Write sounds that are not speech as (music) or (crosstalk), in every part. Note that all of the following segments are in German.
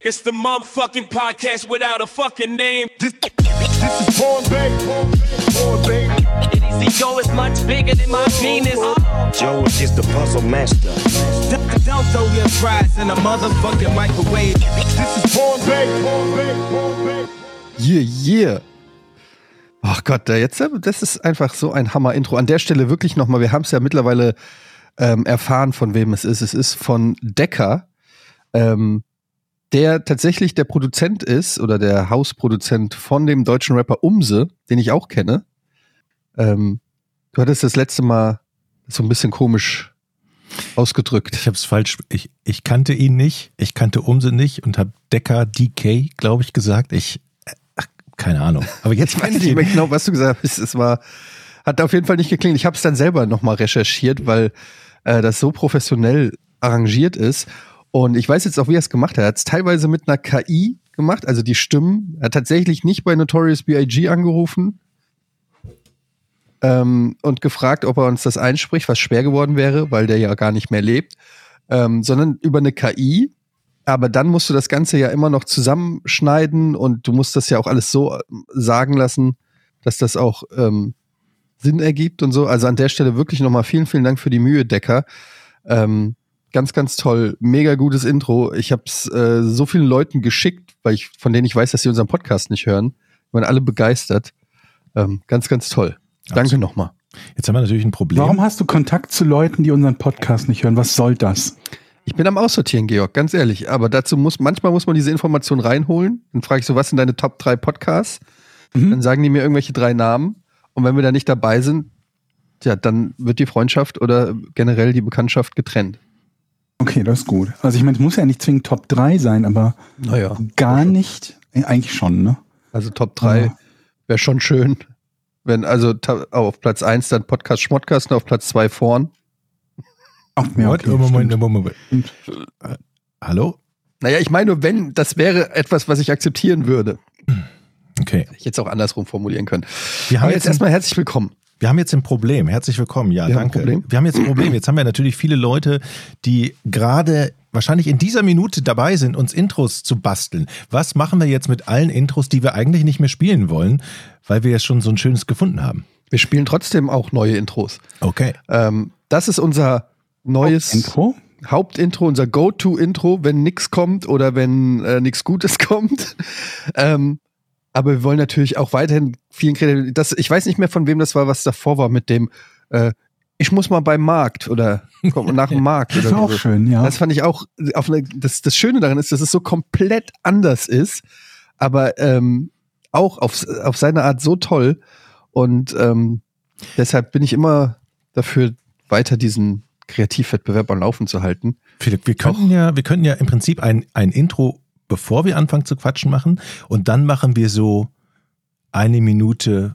It's the motherfucking podcast without a fucking name. This, this is Born Bay. Born Bay. The yo is much bigger than my penis. Joe is just the puzzle master. Don't, don't throw your fries in a motherfucking microwave. This is Born Bay. Born Bay. Born Bay. Yeah, yeah. Ach Gott, da jetzt, das ist einfach so ein Hammer-Intro. An der Stelle wirklich nochmal, wir haben es ja mittlerweile ähm, erfahren, von wem es ist. Es ist von Decker, ähm, der tatsächlich der Produzent ist oder der Hausproduzent von dem deutschen Rapper Umse, den ich auch kenne. Ähm, du hattest das letzte Mal so ein bisschen komisch ausgedrückt. Ich habe es falsch. Ich, ich kannte ihn nicht. Ich kannte Umse nicht und habe Decker DK, glaube ich, gesagt. Ich äh, ach, keine Ahnung. Aber (laughs) jetzt Ich weiß weiß ich nicht mehr ihn. genau, was du gesagt hast. Es war, hat auf jeden Fall nicht geklingelt. Ich habe es dann selber nochmal recherchiert, weil äh, das so professionell arrangiert ist. Und ich weiß jetzt auch, wie er es gemacht hat. Er hat es teilweise mit einer KI gemacht, also die Stimmen. Er hat tatsächlich nicht bei Notorious B.I.G. angerufen ähm, und gefragt, ob er uns das einspricht, was schwer geworden wäre, weil der ja gar nicht mehr lebt, ähm, sondern über eine KI. Aber dann musst du das Ganze ja immer noch zusammenschneiden und du musst das ja auch alles so äh, sagen lassen, dass das auch ähm, Sinn ergibt und so. Also an der Stelle wirklich nochmal vielen, vielen Dank für die Mühe, Decker. Ähm, ganz, ganz toll. Mega gutes Intro. Ich habe es äh, so vielen Leuten geschickt, weil ich, von denen ich weiß, dass sie unseren Podcast nicht hören. Wir waren alle begeistert. Ähm, ganz, ganz toll. Danke Absolut. nochmal. Jetzt haben wir natürlich ein Problem. Warum hast du Kontakt zu Leuten, die unseren Podcast nicht hören? Was soll das? Ich bin am Aussortieren, Georg, ganz ehrlich. Aber dazu muss, manchmal muss man diese Information reinholen. Dann frage ich so, was sind deine Top 3 Podcasts? Mhm. Dann sagen die mir irgendwelche drei Namen. Und wenn wir da nicht dabei sind, ja, dann wird die Freundschaft oder generell die Bekanntschaft getrennt. Okay, das ist gut. Also ich meine, es muss ja nicht zwingend Top 3 sein, aber Naja. gar nicht. Äh, Eigentlich schon, ne? Also Top 3 Ja. wäre schon schön. Wenn also ta- auf Platz 1 dann Podcast Schmodcast und auf Platz 2 vorn. Auch Moment, Moment, Moment, Moment, Moment. Äh, Hallo? Naja, ich meine nur, wenn, das wäre etwas, was ich akzeptieren würde. Okay. Hätte Ich jetzt auch andersrum formulieren können. Wir haben Aber jetzt jetzt ein- erstmal herzlich willkommen. Wir haben jetzt ein Problem. Herzlich willkommen. Ja, Wir haben ein danke. Problem? Wir haben jetzt ein Problem. Jetzt haben wir natürlich viele Leute, die gerade wahrscheinlich in dieser Minute dabei sind, uns Intros zu basteln. Was machen wir jetzt mit allen Intros, die wir eigentlich nicht mehr spielen wollen, weil wir ja schon so ein schönes gefunden haben? Wir spielen trotzdem auch neue Intros. Okay. Ähm, das ist unser neues Intro? Hauptintro, unser Go-To-Intro, wenn nichts kommt oder wenn äh, nichts Gutes (laughs) kommt. ähm, aber wir wollen natürlich auch weiterhin vielen Kredit. Das, ich weiß nicht mehr, von wem das war, was davor war mit dem äh, Ich muss mal beim Markt oder komm, nach dem Markt. oder Das (laughs) ist auch so. schön, ja. Das fand ich auch, auf eine, das, das Schöne daran ist, dass es so komplett anders ist, aber ähm, auch auf, auf seine Art so toll. Und ähm, deshalb bin ich immer dafür, weiter diesen Kreativwettbewerb am Laufen zu halten. Philipp, wir könnten ja, wir könnten ja im Prinzip ein, ein Intro, bevor wir anfangen zu quatschen, machen. Und dann machen wir so eine Minute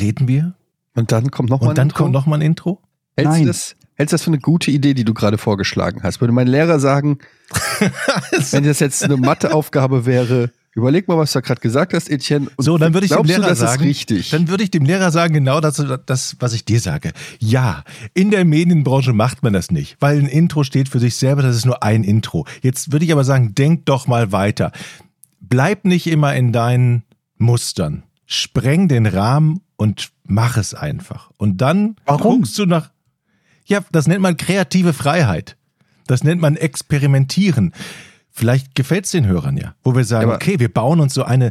reden wir. Und dann kommt noch mal Und dann ein Intro. kommt noch mal ein Intro. hältst, du Nein. das, hältst du das für eine gute Idee, die du gerade vorgeschlagen hast? Würde mein Lehrer (laughs) sagen, wenn das jetzt eine Matheaufgabe wäre, überleg mal, was du gerade gesagt hast, Etienne. Und So, dann würde ich dem glaubst Lehrer du, das sagen, ist richtig? dann würde ich dem Lehrer sagen, genau das, das, was ich dir sage. Ja, in der Medienbranche macht man das nicht, weil ein Intro steht für sich selber, das ist nur ein Intro. Jetzt würde ich aber sagen, denk doch mal weiter. Bleib nicht immer in deinen Mustern. Spreng den Rahmen und mach es einfach. Und dann Warum? guckst du nach, ja, das nennt man kreative Freiheit. Das nennt man Experimentieren. Vielleicht gefällt es den Hörern ja, wo wir sagen, Ja, aber- okay, wir bauen uns so eine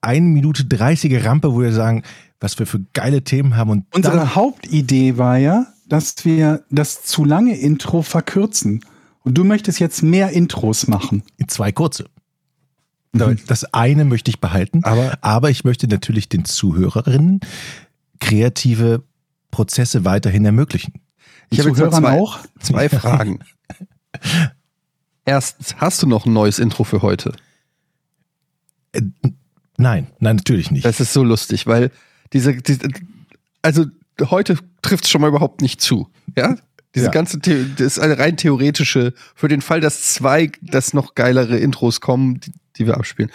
1 Minute 30er Rampe, wo wir sagen, was wir für geile Themen haben und Unsere dann, Hauptidee war ja, dass wir das zu lange Intro verkürzen. Und du möchtest jetzt mehr Intros machen. zwei kurze. Das eine möchte ich behalten, Aber- aber ich möchte natürlich den Zuhörerinnen kreative Prozesse weiterhin ermöglichen. Ich habe jetzt noch Zuhörern zwei, auch? zwei Fragen. Erstens, hast du noch ein neues Intro für heute? Äh, Nein, nein, natürlich nicht. Das ist so lustig, weil diese, diese also heute trifft es schon mal überhaupt nicht zu. Ja? Diese Ja. ganze The das ist eine rein theoretische, für den Fall, dass zwei, dass noch geilere Intros kommen, die, die wir abspielen.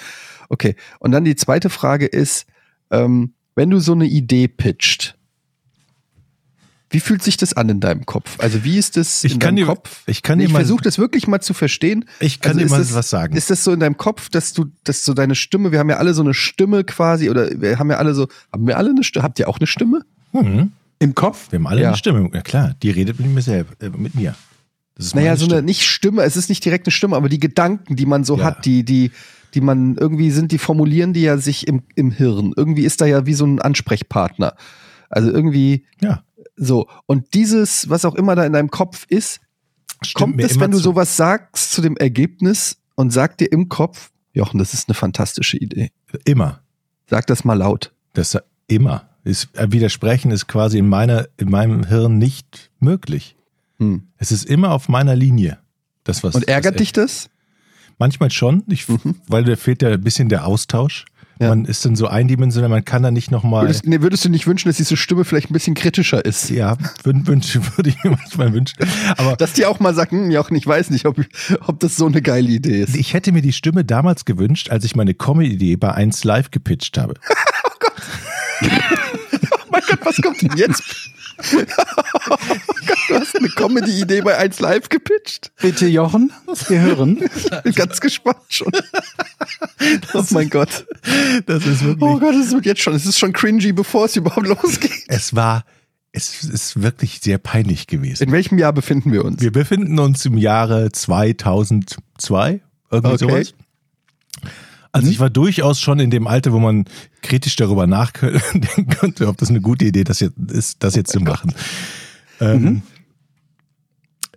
Okay. Und dann die zweite Frage ist, ähm, wenn du so eine Idee pitcht, Wie fühlt sich das an in deinem Kopf? Also wie ist das Ich in kann deinem dir- Kopf? ich kann dir mal- versuche das wirklich mal zu verstehen. Also Ich kann dir ist mal das, was sagen. Ist das so in deinem Kopf, dass du, dass so deine Stimme, wir haben ja alle so eine Stimme quasi, oder wir haben ja alle so, haben wir alle eine Stimme? Habt ihr auch eine Stimme? Hm, Im Kopf? wir haben alle Ja. eine Stimme. Ja klar, die redet mit mir selber, äh, mit mir. Das ist Naja, meine so eine Stimme. nicht Stimme, es ist nicht direkt eine Stimme, aber die Gedanken, die man so Ja. hat, die, die, die man irgendwie sind, die formulieren die ja sich im, im Hirn. Irgendwie ist da ja wie so ein Ansprechpartner. Also irgendwie Ja, so. Und dieses, was auch immer da in deinem Kopf ist, stimmt kommt mir es, immer wenn du zu. sowas sagst, zu dem Ergebnis und sagt dir im Kopf, Jochen, das ist eine fantastische Idee. Immer. Sag das mal laut. Das immer. Ist, äh, widersprechen ist quasi in, meiner, in meinem Hirn nicht möglich. Hm. Es ist immer auf meiner Linie. Das, was, Und ärgert was dich das? Manchmal schon, ich, weil da fehlt ja ein bisschen der Austausch. Ja. Man ist dann so eindimensional, man kann da nicht nochmal. Würdest, nee, würdest du nicht wünschen, dass diese Stimme vielleicht ein bisschen kritischer ist? Ja, wün, (laughs) wünsch, würde ich mir manchmal wünschen. Aber Dass die auch mal sagt, hm, Jochen, ich weiß nicht, ob, ob das so eine geile Idee ist. ich hätte mir die Stimme damals gewünscht, als ich meine Comedy-Idee bei 1 Live gepitcht (laughs) habe. Oh mein Gott, was kommt denn (laughs) jetzt? oh Gott, du hast eine Comedy-Idee bei 1 Live gepitcht. Bitte, Jochen, wir hören. Ich bin ganz gespannt schon. Oh mein Gott. Das ist wirklich. Oh Gott, es wird jetzt schon. Es ist schon cringy, bevor es überhaupt losgeht. Es war, es ist wirklich sehr peinlich gewesen. In welchem Jahr befinden wir uns? Wir befinden uns im Jahre 2002, irgendwie Okay. sowas. Also ich war durchaus schon in dem Alter, wo man kritisch darüber nachdenken (laughs) könnte, ob das eine gute Idee das jetzt, ist, das jetzt zu machen. Ähm,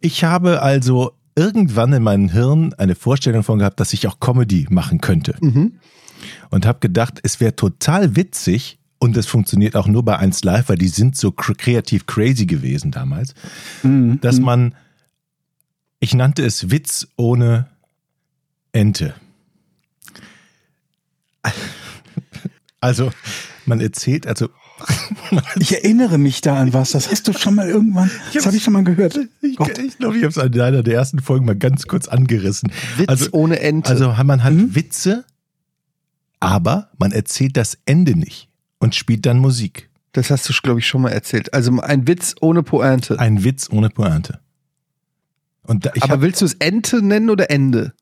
Ich habe also irgendwann in meinem Hirn eine Vorstellung von gehabt, dass ich auch Comedy machen könnte. Und habe gedacht, es wäre total witzig und das funktioniert auch nur bei 1 Live, weil die sind so kr- kreativ crazy gewesen damals, dass man, ich nannte es Witz ohne Ente. Also man erzählt, also Ich erinnere mich da an was. Das hast du schon mal irgendwann. Das habe ich schon mal gehört. Ich, Gott. ich glaube, ich habe es in einer der ersten Folgen mal ganz kurz angerissen. Witz Mhm. ohne Ente. Also man hat Witze, aber man erzählt das Ende nicht und spielt dann Musik. das hast du, glaube ich, schon mal erzählt. Also ein Witz ohne Pointe. Ein Witz ohne Pointe. Und da, ich Aber hab- willst du es Ente nennen oder Ende?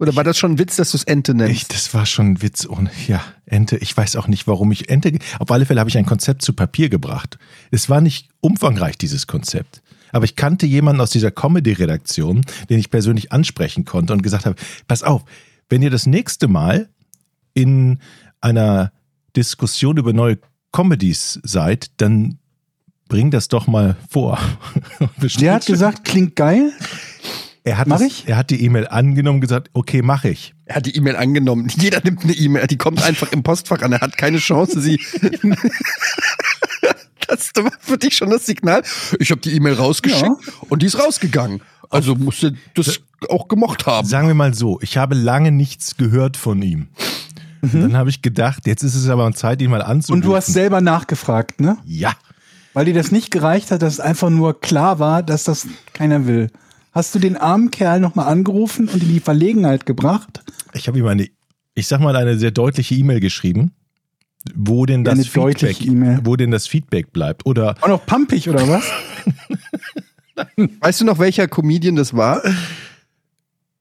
Oder war das schon ein Witz, dass du es Ente nennst? ich, das war schon ein Witz ohne, ja, Ente. Ich weiß auch nicht, warum ich Ente, ge- auf alle Fälle habe ich ein Konzept zu Papier gebracht. Es war nicht umfangreich, dieses Konzept. Aber ich kannte jemanden aus dieser Comedy-Redaktion, den ich persönlich ansprechen konnte und gesagt habe, pass auf, wenn ihr das nächste Mal in einer Diskussion über neue Comedies seid, dann bring das doch mal vor. (laughs) Der hat gesagt, klingt geil. er hat, mach das, ich? er hat die E-Mail angenommen und gesagt, okay, mache ich. Er hat die E-Mail angenommen. (laughs) Jeder nimmt eine E-Mail. Die kommt einfach im Postfach an. Er hat keine Chance, sie. (laughs) das war für dich schon das Signal. Ich habe die E-Mail rausgeschickt und die ist rausgegangen. Also musste das auch gemocht haben. Sagen wir mal so, ich habe lange nichts gehört von ihm. Und Dann habe ich gedacht, jetzt ist es aber Zeit, ihn mal anzurufen. Mhm. Und du hast selber nachgefragt, ne? Ja. Weil dir das nicht gereicht hat, dass es einfach nur klar war, dass das keiner will. Hast du den armen Kerl nochmal angerufen und in die Verlegenheit gebracht? Ich habe ihm eine, ich sag mal, eine sehr deutliche E-Mail geschrieben, wo denn das Eine Feedback, deutliche E-Mail. wo denn das Feedback bleibt. Oder Auch noch pampig oder was? Weißt du noch, welcher Comedian das war?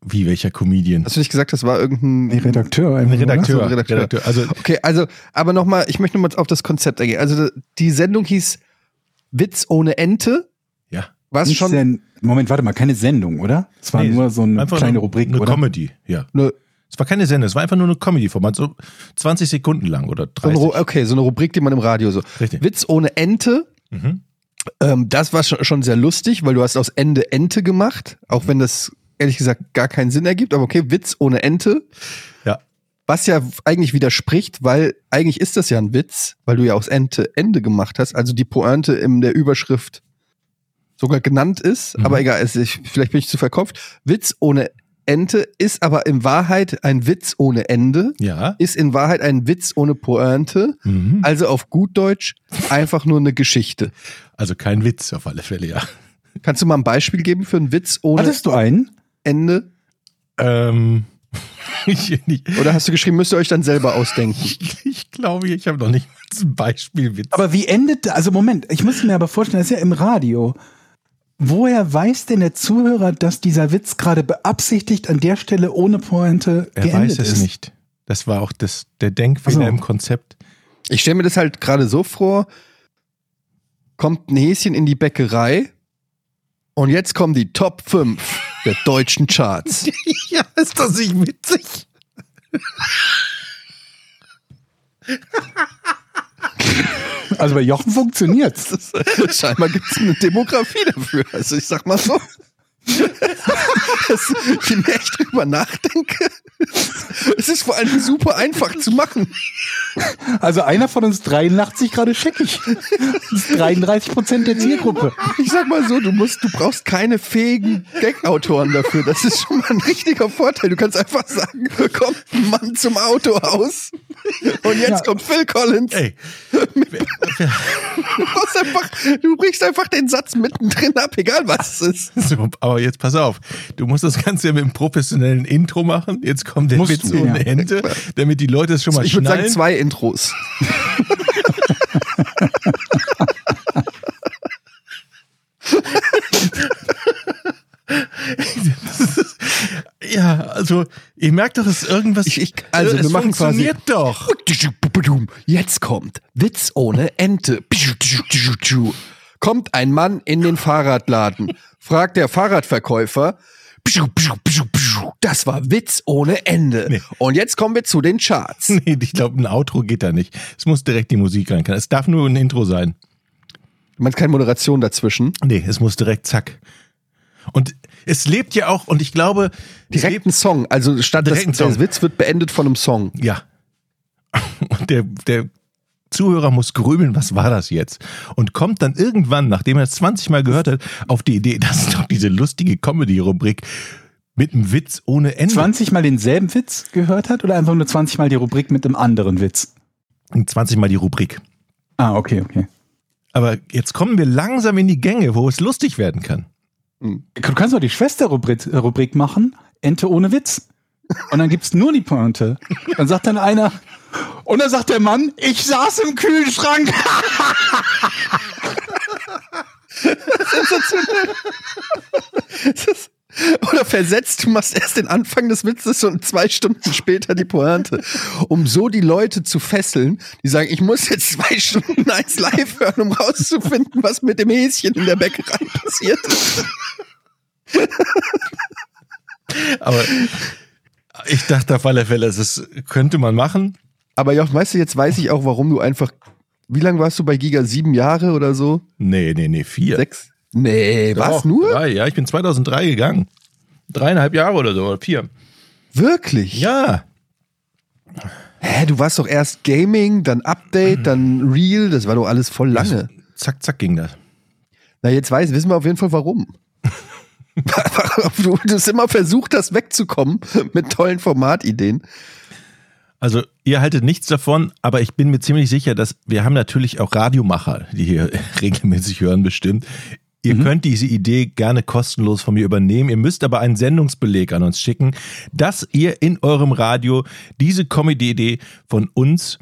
wie welcher Comedian? Hast du nicht gesagt, das war irgendein Nee, Redakteur. ne? Ein Redakteur, Ach so, Redakteur. Redakteur. Also Okay, also, aber nochmal, ich möchte nochmal auf das Konzept eingehen. Also, die Sendung hieß Witz ohne Ente. ja, Was Nicht schon Sen Moment, warte mal, keine Sendung, oder? Es war Nee, nur so eine einfach kleine nur Rubrik, eine oder? Comedy. Ja, eine, es war keine Sendung, es war einfach nur eine Comedy-Format, so 20 Sekunden lang oder so eine, Also, 30. Ru- okay, so eine Rubrik, die man im Radio so. Richtig. Witz ohne Ente. Mhm. Ähm, das war schon, schon sehr lustig, weil du hast aus Ende Ente gemacht, auch wenn das ehrlich gesagt gar keinen Sinn ergibt, aber okay, Witz ohne Ente. Ja. Was ja eigentlich widerspricht, weil eigentlich ist das ja ein Witz, weil du ja aus Ente Ende gemacht hast, also die Pointe in der Überschrift sogar genannt ist, Mhm. aber egal, es- ich, vielleicht bin ich zu verkopft. Witz ohne Ente ist aber in Wahrheit ein Witz ohne Ende, Ja. ist in Wahrheit ein Witz ohne Pointe, Mhm. also auf gut Deutsch einfach nur eine Geschichte. Also kein Witz auf alle Fälle, ja. Kannst du mal ein Beispiel geben für einen Witz ohne Hattest du einen? Ende? Ähm, (laughs) ich, ich, Oder hast du geschrieben, müsst ihr euch dann selber ausdenken? (laughs) Ich, ich glaube ich. Ich habe noch nicht mal ein Beispielwitz. Aber wie endet, also Moment, ich muss mir aber vorstellen, das ist ja im Radio. Woher weiß denn der Zuhörer, dass dieser Witz gerade beabsichtigt an der Stelle ohne Pointe er geendet weiß es ist? nicht. Das war auch das, der Denkfehler Ach so. im Konzept. Ich stelle mir das halt gerade so vor: kommt ein Häschen in die Bäckerei und jetzt kommen die Top 5 der deutschen Charts. Ja, ist das nicht witzig? Also (laughs) bei Jochen funktioniert's. Das, ist- scheinbar gibt es eine Demografie dafür. Also ich sag mal so. Das, je mehr ich drüber nachdenke, es ist vor allem super einfach zu machen. Also einer von uns dreien lacht sich gerade scheckig. Das ist 33 Prozent der Zielgruppe. Ich sag mal so, du musst, du brauchst keine fähigen Gag-Autoren dafür. Das ist schon mal ein richtiger Vorteil. Du kannst einfach sagen, kommt ein Mann zum Autohaus und jetzt Ja. kommt Phil Collins. Ey, Du brauchst einfach, du brichst einfach den Satz mittendrin ab, egal was es ist. so, aber jetzt pass auf. Du musst das Ganze ja mit einem professionellen Intro machen. Jetzt kommt der Musst Witz du, ohne ja. Ende, damit die Leute es schon mal Ich würde sagen, schnallen. zwei Intros. ja, also ihr merkt doch, es ist irgendwas. Ich- ich- also, es wir machen quasi- funktioniert doch. Jetzt kommt Witz ohne Ente. Kommt ein Mann in den Fahrradladen, fragt der Fahrradverkäufer. Das war Witz ohne Ende. Und jetzt kommen wir zu den Charts. (laughs) Nee, ich glaube, ein Outro geht da nicht. Es muss direkt die Musik rein. Es darf nur ein Intro sein. Man hat keine Moderation dazwischen. Nee, es muss direkt zack. Und es lebt ja auch, und ich glaube, es Direkt lebt, ein Song. Also statt das, Direkt ein Song. der Witz wird beendet von einem Song. ja. (laughs) Und der, der Zuhörer muss grübeln, was war das jetzt? Und kommt dann irgendwann, nachdem er es 20 Mal gehört hat, auf die Idee, (laughs) das ist doch diese lustige Comedy-Rubrik mit einem Witz ohne Ende. 20 Mal denselben Witz gehört hat oder einfach nur 20 Mal die Rubrik mit einem anderen Witz? 20 Mal die Rubrik. Ah, okay, okay. Aber jetzt kommen wir langsam in die Gänge, wo es lustig werden kann. Du kannst doch die Schwester-Rubrik Rubrik machen, Ente ohne Witz. Und dann gibt's nur die Pointe. Dann sagt dann einer, und dann sagt der Mann, ich saß im Kühlschrank. Oder versetzt, du machst erst den Anfang des Witzes und zwei Stunden später die Pointe. Um so die Leute zu fesseln, die sagen, ich muss jetzt zwei Stunden eins live hören, um rauszufinden, was mit dem Häschen in der Bäckerei passiert ist. (laughs) Aber ich dachte auf alle Fälle, das könnte man machen. Aber Joch, weißt du, jetzt weiß ich auch, warum du einfach. Wie lange warst du bei Giga? Sieben Jahre oder so? Nee, nee, nee, vier. Sechs? Nee, was Doch, nur? Drei, ja, ich bin 2003 gegangen. Dreieinhalb Jahre oder so, oder vier. Wirklich? Ja. Hä, du warst doch erst Gaming, dann (clears throat) Update, dann Real, das war doch alles voll lange. Zack, zack ging das. Na, jetzt weiß, wissen wir auf jeden Fall warum. du hast immer versucht, das wegzukommen mit tollen Formatideen. Also, ihr haltet nichts davon, aber ich bin mir ziemlich sicher, dass wir haben natürlich auch Radiomacher, die hier (laughs) regelmäßig hören bestimmt. Ihr könnt diese Idee gerne kostenlos von mir übernehmen. Ihr müsst aber einen Sendungsbeleg an uns schicken, dass ihr in eurem Radio diese Comedy-Idee von uns,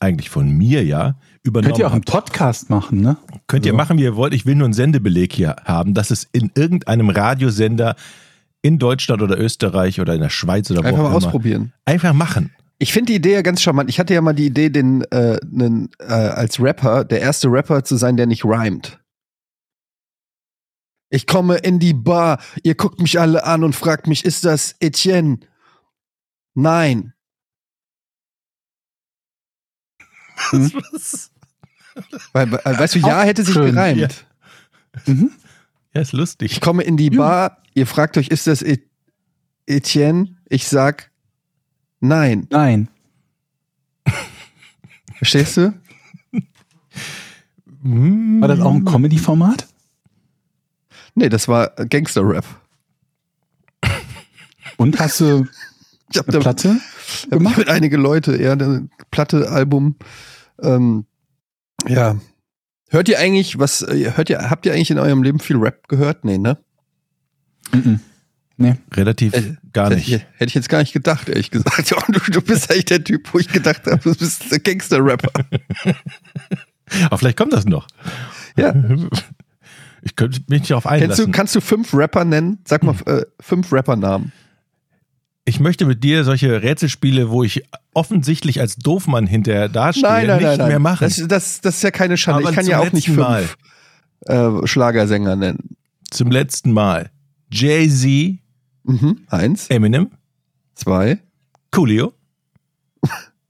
eigentlich von mir ja, übernommen Könnt ihr auch habt. einen Podcast machen, ne? Könnt ihr machen, wie ihr wollt. Ich will nur einen Sendebeleg hier haben, dass es in irgendeinem Radiosender in Deutschland oder Österreich oder in der Schweiz oder wo Einfach auch mal immer. ausprobieren. Einfach machen. Ich finde die Idee ja ganz charmant. Ich hatte ja mal die Idee, den äh, nen, äh, als Rapper, der erste Rapper zu sein, der nicht rhymt. Ich komme in die Bar, ihr guckt mich alle an und fragt mich, ist das Etienne? Nein. Weil, weil, weißt du, ja Auch hätte sich schön. gereimt. Ja. Mhm. Ja, ist lustig. Ich komme in die Bar, ihr fragt euch, ist das Et Etienne? Ich sag nein. Nein. Verstehst du? War das auch ein Comedy-Format? Nee, das war Gangster-Rap. Und hast du Ich hab eine da Platte? hab mit einige Leute, ja, eine Platte, Album. Ähm, ja. Hört ihr eigentlich, was, äh, hört ihr, habt ihr eigentlich in eurem Leben viel Rap gehört? Nee, ne? Nee. Relativ Äh, gar Hätte nicht. ich- Hätte ich jetzt gar nicht gedacht, ehrlich gesagt. (laughs) Ja, Du, du bist eigentlich der Typ, wo ich gedacht habe, du bist der Gangster-Rapper. Aber vielleicht kommt das noch. Ja. (laughs) Ich könnte mich darauf Kennst du, einlassen. Hm. kannst du fünf Rapper nennen? Sag mal äh, fünf Rappernamen. ich möchte mit dir solche Rätselspiele, wo ich offensichtlich als Doofmann hinterher dastehe, nicht mehr machen. Das, das, das ist ja keine Schande. Aber ich kann zum ja auch nicht letzten fünf äh, Schlagersänger nennen. Zum letzten Mal. Jay-Z, Mhm. Eins, Eminem, zwei. (laughs) Coolio.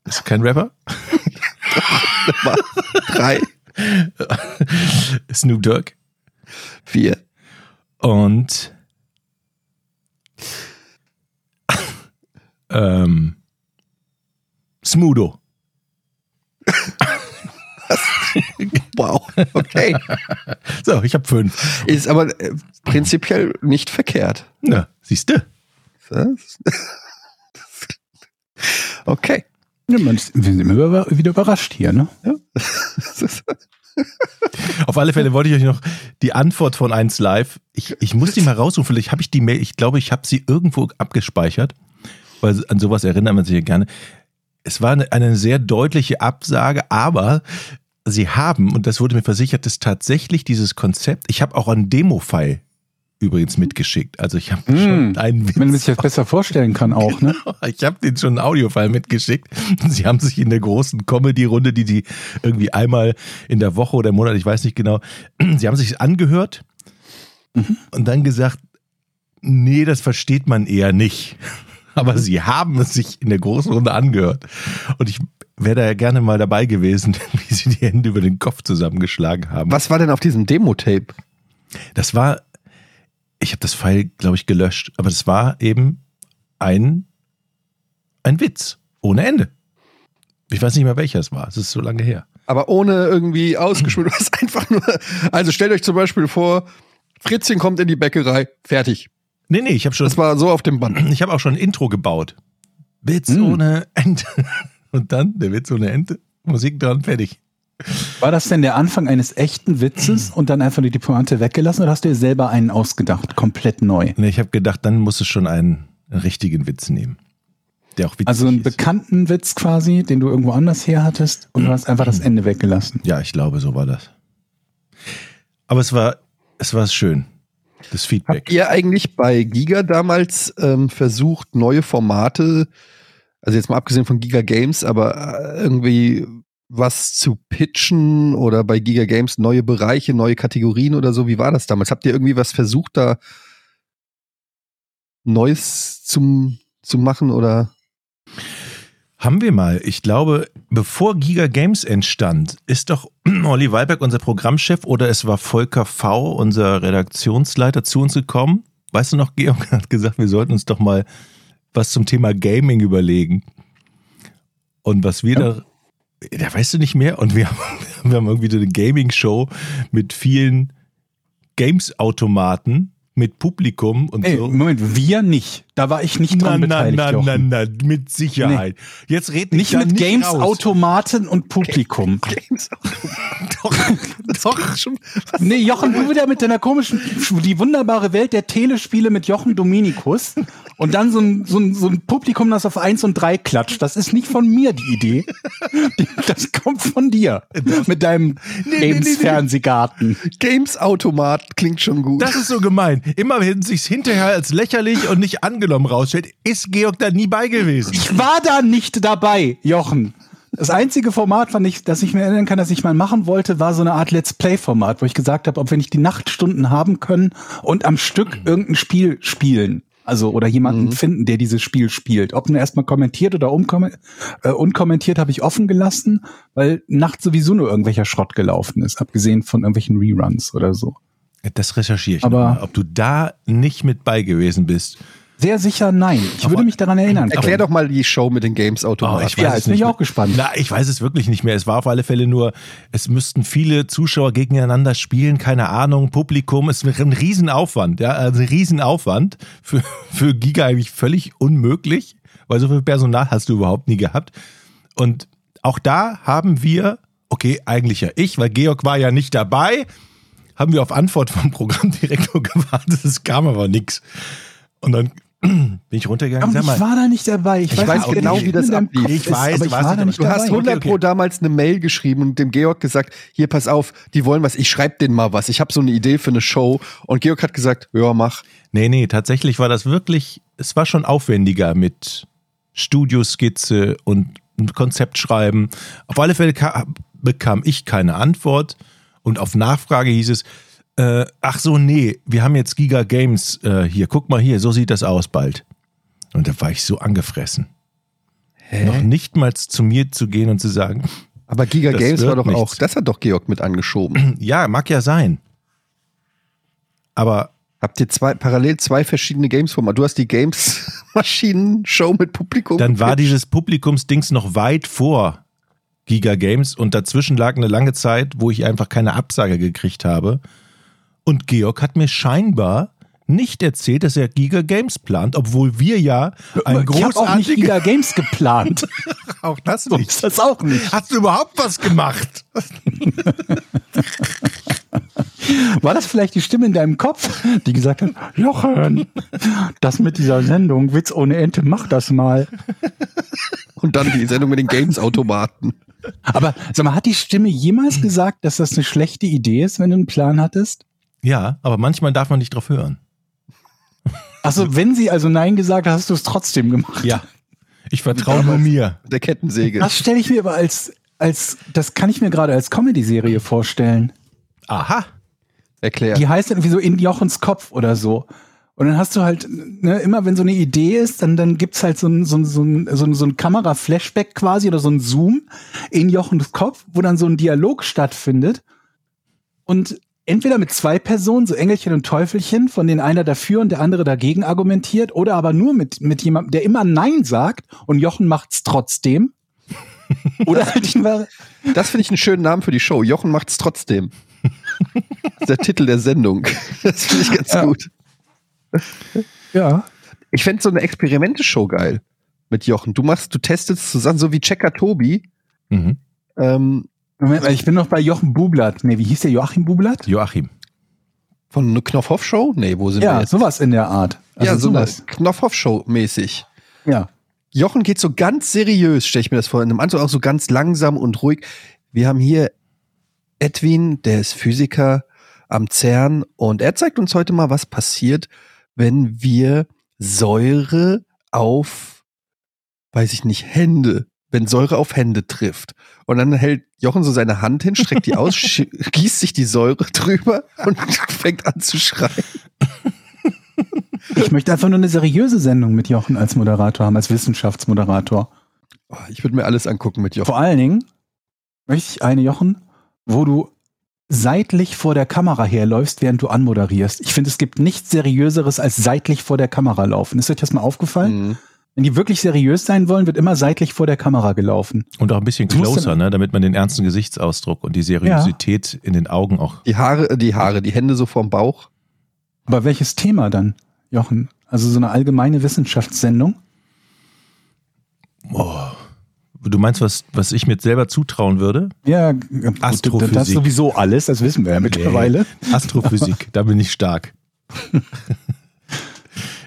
Ist kein Rapper. Mal. Drei, Snoop Dogg. vier. (laughs) Und ähm, Smudo. Wow. (laughs) Okay. So, ich habe fünf. Ist aber äh, prinzipiell nicht verkehrt. (laughs) Na, siehst du? Das- Okay. Ja, man, ist- wir sind immer über- wieder überrascht hier, ne? Das ist- Auf alle Fälle wollte ich euch noch die Antwort von 1 Live. Ich, ich muss die mal raussuchen. Vielleicht habe ich die Mail. Ich glaube, ich habe sie irgendwo abgespeichert. Weil an sowas erinnert man sich ja gerne. Es war eine, eine sehr deutliche Absage, aber sie haben, und das wurde mir versichert, dass tatsächlich dieses Konzept, ich habe auch einen Demo-File übrigens mitgeschickt. Also ich habe schon einen Wenn man Witz sich das besser vorstellen kann auch, ne? (laughs) ich habe den schon einen Audiofile mitgeschickt. (laughs) Sie haben sich in der großen Comedy-Runde, die die irgendwie einmal in der Woche oder im Monat, ich weiß nicht genau, (clears throat) sie haben sich angehört und dann gesagt, nee, das versteht man eher nicht. (laughs) Aber sie haben es sich in der großen Runde angehört. Und ich wäre da ja gerne mal dabei gewesen, (laughs) wie sie die Hände über den Kopf zusammengeschlagen haben. Was war denn auf diesem Demo-Tape? Das war, ich habe das Pfeil, glaube ich, gelöscht, aber das war eben ein, ein Witz ohne Ende. Ich weiß nicht mehr, welcher es war. Es ist so lange her. Aber ohne irgendwie ausgespielt. Das ist einfach nur. Also stellt euch zum Beispiel vor, Fritzchen kommt in die Bäckerei, fertig. Nee, nee, ich habe schon, Das war so auf dem Band. ich habe auch schon ein Intro gebaut. Witz Hm. ohne Ende. (laughs) Und dann der Witz ohne Ende. Musik dran, fertig. War das denn der Anfang eines echten Witzes und dann einfach nur die Pointe weggelassen oder hast du dir selber einen ausgedacht, komplett neu? Nee, ich habe gedacht, dann muss es schon einen richtigen Witz nehmen. Der auch witzig Also einen ist. bekannten Witz quasi, den du irgendwo anders her hattest und du hast einfach das Ende weggelassen. Ja, ich glaube, so war das. Aber es war, es war schön. Das Feedback. Habt ihr eigentlich bei Giga damals ähm, versucht, neue Formate, also jetzt mal abgesehen von Giga Games, aber äh, irgendwie was zu pitchen oder bei Giga Games neue Bereiche, neue Kategorien oder so? Wie war das damals? Habt ihr irgendwie was versucht, da Neues zum, zu machen oder? Haben wir mal. Ich glaube, bevor Giga Games entstand, ist doch (clears throat) Olli Walberg, unser Programmchef, oder es war Volker V., unser Redaktionsleiter, zu uns gekommen. Weißt du noch, Georg (laughs) hat gesagt, wir sollten uns doch mal was zum Thema Gaming überlegen. Und was wir da, da weißt du nicht mehr. Und wir (laughs) haben, wir haben irgendwie so eine Gaming-Show mit vielen Games-Automaten, mit Publikum und Ey, so. Moment, wir nicht. Da war ich nicht dran beteiligt. Jochen. na, mit Sicherheit. Jetzt red Nicht da mit Games, raus. Automaten und Publikum. Games Doch, (laughs) doch. schon. (laughs) Nee, Jochen, du wieder mit deiner komischen, die wunderbare Welt der Telespiele mit Jochen Dominikus und dann so ein, so ein, so ein Publikum, das auf eins und drei klatscht. Das ist nicht von mir die Idee. Die- Das kommt von dir. Mit deinem Games-Fernsehgarten. Games-Automat klingt schon gut. Das ist so gemein. Immerhin sich's hinterher als lächerlich und nicht angenommen rausstellt, ist Georg da nie bei gewesen. Ich war da nicht dabei, Jochen. Das einzige Format, fand ich, das ich mir erinnern kann, das ich mal machen wollte, war so eine Art Let's Play-Format, wo ich gesagt habe, ob wir nicht die Nachtstunden haben können und am Stück irgendein Spiel spielen. Also, oder jemanden finden, der dieses Spiel spielt. Ob nun erstmal kommentiert oder umkommen- äh, unkommentiert, habe ich offen gelassen, weil nachts sowieso nur irgendwelcher Schrott gelaufen ist, abgesehen von irgendwelchen Reruns oder so. Das recherchiere ich. Aber- noch mal, ob du da nicht mit bei gewesen bist. Sehr sicher nein. Ich würde mich daran erinnern. Erklär doch mal die Show mit den Games-Automaten. Oh, ich weiß ja, es jetzt bin nicht ich mehr. auch gespannt. Na, ich weiß es wirklich nicht mehr. Es war auf alle Fälle nur, es müssten viele Zuschauer gegeneinander spielen, keine Ahnung, Publikum. Es wäre ein Riesenaufwand, ja, also ein Riesenaufwand für, für Giga eigentlich völlig unmöglich, weil so viel Personal hast du überhaupt nie gehabt. Und auch da haben wir, okay, eigentlich ja ich, weil Georg war ja nicht (laughs) dabei, haben wir auf Antwort vom Programmdirektor gewartet, es kam aber nichts. Und dann bin ich runtergegangen. Aber Sag ich mal, war da nicht dabei. Ich, Ich weiß auch genau, nicht, wie das in deinem ablief. Kopf Ich ist, weiß, aber du ich warst war nicht da nicht Du hast dabei. 100 okay. Pro damals eine Mail geschrieben und dem Georg gesagt, hier pass auf, die wollen was, ich schreib denen mal was, ich habe so eine Idee für eine Show und Georg hat gesagt, ja mach. nee, nee, tatsächlich war das wirklich, es war schon aufwendiger mit Studioskizze und und Konzept schreiben. Auf alle Fälle ka- bekam ich keine Antwort und auf Nachfrage hieß es, äh, ach so, nee, wir haben jetzt Giga Games äh, hier, guck mal hier, so sieht das aus bald. Und da war ich so angefressen. Noch nicht mal zu mir zu gehen und zu sagen, Aber Giga Das Games wird war doch nichts. auch, das hat doch Georg mit (clears throat) angeschoben. ja, mag ja sein. Aber Habt ihr zwei, parallel zwei verschiedene Games vor Du hast die Games-Maschinen-Show mit Publikum. dann war dieses Publikumsdings noch weit vor Giga Games und dazwischen lag eine lange Zeit, wo ich einfach keine Absage gekriegt habe. Und Georg hat mir scheinbar nicht erzählt, dass er Giga Games plant, obwohl wir ja ein Ich habe auch nicht großartiges Giga Games geplant. auch das Ist das auch nicht. Hast du überhaupt was gemacht? War das vielleicht die Stimme in deinem Kopf, die gesagt hat, Jochen, das mit dieser Sendung, Witz ohne Ente, mach das mal. und dann die Sendung mit den Games-Automaten. Aber sag mal, hat die Stimme jemals gesagt, dass das eine schlechte Idee ist, wenn du einen Plan hattest? Ja, aber manchmal darf man nicht drauf hören. Also wenn sie also Nein gesagt hat, hast du es trotzdem gemacht. Ja. Ich vertraue nur mir. Der Kettensäge. Das stelle ich mir aber als, als, das kann ich mir gerade als Comedy-Serie vorstellen. Aha. Erklär. Die heißt irgendwie so in Jochens Kopf oder so. Und dann hast du halt, ne, immer wenn so eine Idee ist, dann, dann gibt's halt so ein, so ein, so ein, so ein, so ein Kamera-Flashback quasi oder so ein Zoom in Jochens Kopf, wo dann so ein Dialog stattfindet. Und entweder mit zwei Personen, so Engelchen und Teufelchen, von denen einer dafür und der andere dagegen argumentiert, oder aber nur mit, mit jemandem, der immer Nein sagt und Jochen macht's trotzdem. oder halt die Vari- Das finde ich einen schönen Namen für die Show. Jochen macht's (laughs) trotzdem. Das ist der Titel der Sendung. Das finde ich ganz gut. Ja. Ich fände so eine Experimente-Show geil mit Jochen. Du machst, du testest zusammen, so wie Checker Tobi. Mhm. Ähm, Moment mal, ich bin noch bei Jochen Bublat. Nee, wie hieß der? Joachim Bublat? Joachim. von einer Knopfhoff-Show? Nee, wo sind wir Ja, jetzt? sowas in der Art. Also ja, so eine Knopfhoff-Show-mäßig. Ja. Jochen geht so ganz seriös, stelle ich mir das vor, in einem Anzug auch so ganz langsam und ruhig. Wir haben hier Edwin, der ist Physiker am CERN und er zeigt uns heute mal, was passiert, wenn wir Säure auf, weiß ich nicht, Hände, wenn Säure auf Hände trifft. Und dann hält Jochen so seine Hand hin, streckt die aus, schie- gießt sich die Säure drüber und (laughs) fängt an zu schreien. Ich möchte einfach nur eine seriöse Sendung mit Jochen als Moderator haben, als Wissenschaftsmoderator. Oh, Ich würde mir alles angucken mit Jochen. Vor allen Dingen möchte ich eine Jochen, wo du seitlich vor der Kamera herläufst, während du anmoderierst. Ich finde, es gibt nichts seriöseres als seitlich vor der Kamera laufen. Ist euch das mal aufgefallen? Mhm. Wenn die wirklich seriös sein wollen, wird immer seitlich vor der Kamera gelaufen. Und auch ein bisschen Du musst closer, ne? damit man den ernsten Gesichtsausdruck und die Seriosität in den Augen auch Die Haare, äh, die Haare, die Hände so vorm Bauch. Aber welches Thema dann, Jochen? Also so eine allgemeine Wissenschaftssendung? Du meinst, was, was ich mir selber zutrauen würde? Ja, gut, Astrophysik. das sowieso alles, das wissen wir ja mittlerweile. Astrophysik, da bin ich stark.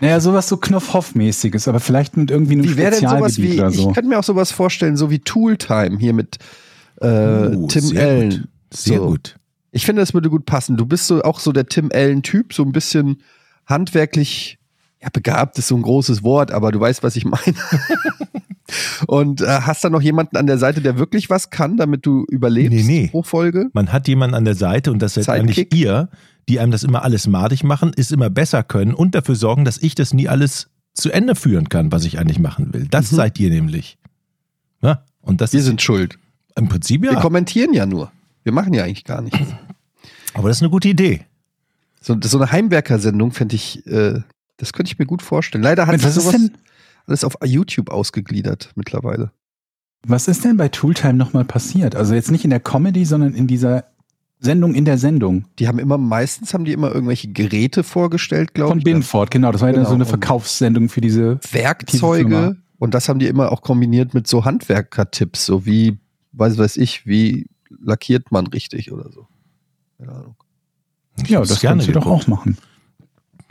Naja, sowas so Knopfhoff-mäßiges, aber vielleicht mit irgendwie einem Wie wäre denn sowas Spezialgebiet wie, oder so. ich könnte mir auch sowas vorstellen, so wie Tooltime hier mit äh, Oh, Tim sehr Allen. Gut. Sehr So. gut. Ich finde, das würde gut passen. Du bist so auch so der Tim Allen-Typ, so ein bisschen handwerklich, ja, begabt ist so ein großes Wort, aber du weißt, was ich (laughs) meine. Und äh, hast dann noch jemanden an der Seite, der wirklich was kann, damit du überlebst Nee, nee. pro Folge? Man hat jemanden an der Seite und das seid eigentlich Sidekick. ihr, die einem das immer alles madig machen, es immer besser können und dafür sorgen, dass ich das nie alles zu Ende führen kann, was ich eigentlich machen will. Das seid ihr nämlich. Na? Und das Mhm. Wir ist sind schuld. im Prinzip Wir ja. kommentieren ja nur. Wir machen ja eigentlich gar nichts. Aber das ist eine gute Idee. So, so eine Heimwerker-Sendung fände ich, äh, das könnte ich mir gut vorstellen. Leider hat Moment, sich was, ist sowas denn, alles auf YouTube ausgegliedert mittlerweile. was ist denn bei Tooltime nochmal passiert? Also jetzt nicht in der Comedy, sondern in dieser Sendung in der Sendung Die haben immer, meistens haben die immer irgendwelche Geräte vorgestellt, glaube von ich. Binford, genau. Das war ja dann Genau, so eine und- Verkaufssendung für diese. Diese Werkzeuge. Und das haben die immer auch kombiniert mit so Handwerker-Tipps, so wie, weiß, weiß ich, wie lackiert man richtig oder so. Keine Ahnung. Ich ja, hab's das gerne kannst du doch geguckt. auch machen.